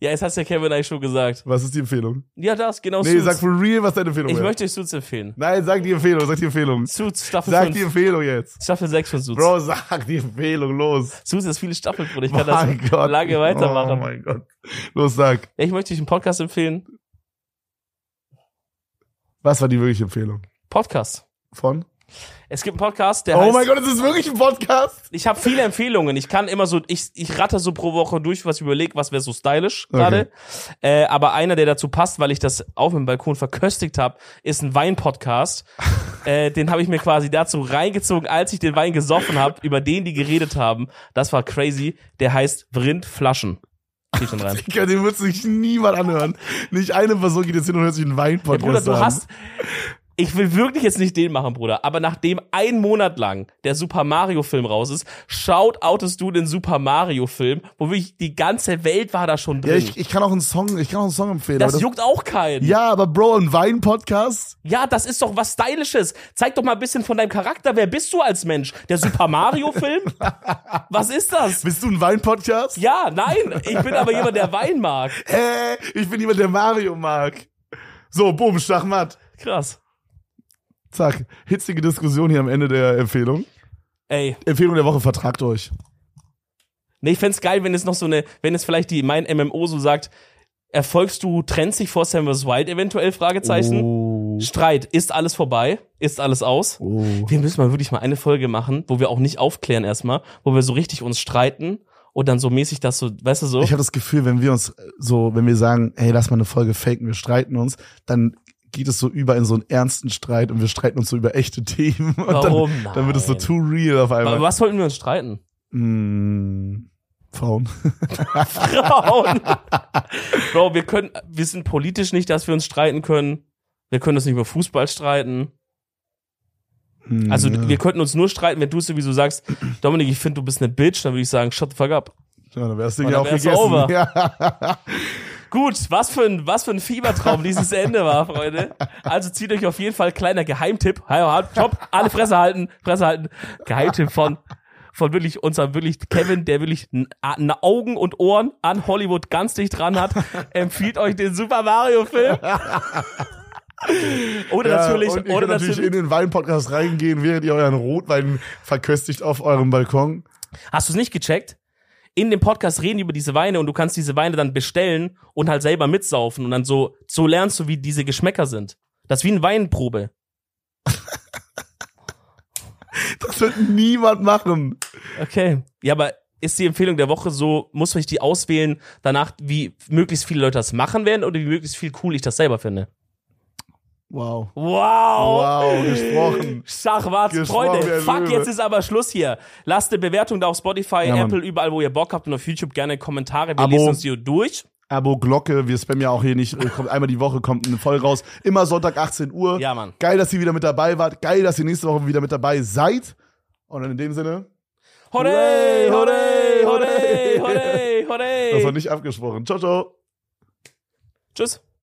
B: Ja, jetzt hast ja Kevin eigentlich schon gesagt.
A: Was ist die Empfehlung?
B: Ja, das, genau
A: Nee,
B: Suits.
A: sag for real, was deine Empfehlung
B: ich
A: wäre.
B: möchte euch Suits empfehlen.
A: Nein, sag die Empfehlung, sag die Empfehlung.
B: Suits Staffel
A: Sag
B: 5.
A: die Empfehlung jetzt.
B: Staffel 6 von Suits.
A: Bro, sag die Empfehlung, los.
B: Suits ist viele Staffeln, Bruder. Ich kann
A: Mein
B: das
A: Gott.
B: lange weitermachen.
A: Oh mein Gott. Los, sag.
B: Ja, ich möchte euch einen Podcast empfehlen.
A: Was war die wirkliche Empfehlung?
B: Podcast.
A: Von?
B: Es gibt einen Podcast, der
A: oh
B: heißt.
A: mein Gott, ist das wirklich ein Podcast?
B: Ich habe viele Empfehlungen. Ich kann immer so, ich, ich ratter so pro Woche durch, was ich überleg, was wäre so stylisch gerade. Äh, aber einer, der dazu passt, weil ich das auf dem Balkon verköstigt habe, ist
A: [LAUGHS]
B: ein Wein-Podcast. äh, den habe ich mir quasi dazu reingezogen, als ich den Wein gesoffen habe, über den die geredet haben. Das war crazy. Der heißt Vrind Flaschen. Krieg schon rein.
A: Digga, den wird sich niemand anhören. Nicht eine Person geht jetzt hin und hört sich einen
B: Ja, Bruder,
A: Wein-Podcast
B: du
A: an.
B: hast. Ich will wirklich jetzt nicht den machen, Bruder, aber nachdem ein Monat lang der Super Mario-Film raus ist, shoutoutest du den Super Mario-Film, wo wirklich die ganze Welt war da schon
A: ja,
B: drin.
A: ich, ich kann auch einen Song, ich kann auch einen Song empfehlen.
B: das,
A: aber
B: juckt auch keinen.
A: ja, aber Bro, ein Wein-Podcast?
B: Ja, das ist doch was Stylisches. Zeig doch mal ein bisschen von deinem Charakter. Wer bist du als Mensch? Der
A: [LAUGHS]
B: Super Mario-Film? was ist das?
A: Bist du ein Wein-Podcast?
B: Ja, nein, ich bin aber jemand, der Wein mag.
A: Äh, ich bin jemand, der Mario mag. So, boom, Schachmatt.
B: Krass.
A: Zack, hitzige Diskussion hier am Ende der Empfehlung.
B: Ey,
A: Empfehlung der Woche, vertragt euch.
B: Nee, ich fänd's geil, wenn es noch so eine, wenn es vielleicht die mein MMO so sagt, erfolgst du, trennst dich vor Sam vs. Wild eventuell, Fragezeichen.
A: Oh.
B: Streit, ist alles vorbei? Ist alles aus?
A: Oh.
B: Wir müssen mal wirklich mal eine Folge machen, wo wir auch nicht aufklären erstmal, wo wir so richtig uns streiten und dann so mäßig das so, weißt du so?
A: Ich habe das Gefühl, wenn wir uns äh, so, wenn wir sagen, hey, lass mal eine Folge faken, wir streiten uns, dann geht es so über in so einen ernsten Streit und wir streiten uns so über echte Themen. Und
B: Warum?
A: Dann, dann wird es so
B: Nein.
A: too real auf
B: Aber
A: einmal.
B: was wollten wir
A: [LAUGHS]
B: uns streiten?
A: Hm, Frauen.
B: Frauen. Bro, wir können, wir sind politisch nicht, dass wir uns streiten können. Wir können uns nicht über Fußball streiten.
A: Hm,
B: Also
A: ja.
B: wir könnten uns nur streiten, wenn du sowieso sagst, Dominik, ich finde, du bist eine Bitch, dann würde ich sagen, shut the fuck up.
A: ja, dann wär's Ding
B: Dann
A: ja auch
B: wär's
A: gegessen.
B: over.
A: Ja.
B: Gut, was für ein, was für ein Fiebertraum dieses Ende war, Freunde. Also zieht euch auf jeden Fall kleiner Geheimtipp. Hallo, hallo, Top, alle Fresse halten, Fresse halten. Geheimtipp von, von wirklich unserem wirklich Kevin, der wirklich n- a- n- Augen und Ohren an Hollywood ganz dicht dran hat, empfiehlt euch den Super
A: [LAUGHS]
B: Mario Film. Oder
A: Ja,
B: [LAUGHS] natürlich,
A: und ihr
B: oder
A: könnt natürlich
B: natürlich.
A: in den Wein-Podcast reingehen, während ihr euren Rotwein verköstigt auf eurem Balkon.
B: Hast du es nicht gecheckt? In dem Podcast reden die über diese Weine und du kannst diese Weine dann bestellen und halt selber mitsaufen und dann so, so lernst du, wie diese Geschmäcker sind. Das ist wie eine Weinprobe.
A: Das wird niemand machen.
B: Okay. Ja, aber ist die Empfehlung der Woche so, muss ich die auswählen danach, wie möglichst viele Leute das machen werden oder wie möglichst viel cool ich das selber finde?
A: Wow.
B: Wow!
A: Wow, gesprochen.
B: Schachwarz,
A: Gesprochen wie
B: Freunde,
A: ein
B: fuck,
A: Löwe.
B: jetzt ist aber Schluss hier. Lasst eine Bewertung da auf Spotify,
A: Ja, Mann.
B: Apple, überall, wo ihr Bock habt und auf YouTube gerne Kommentare. Wir
A: Abo.
B: lesen uns hier durch.
A: Abo, Glocke, wir spammen ja auch hier nicht. äh, Kommt einmal die Woche kommt eine Folge raus. Immer Sonntag 18 Uhr.
B: Ja, Mann.
A: Geil, dass ihr wieder mit dabei wart. Geil, dass ihr nächste Woche wieder mit dabei seid. Und dann in dem Sinne,
B: Hooray, hooray, hooray, hooray,
A: das war [LAUGHS]
B: hooray.
A: nicht abgesprochen. Ciao, ciao.
B: Tschüss.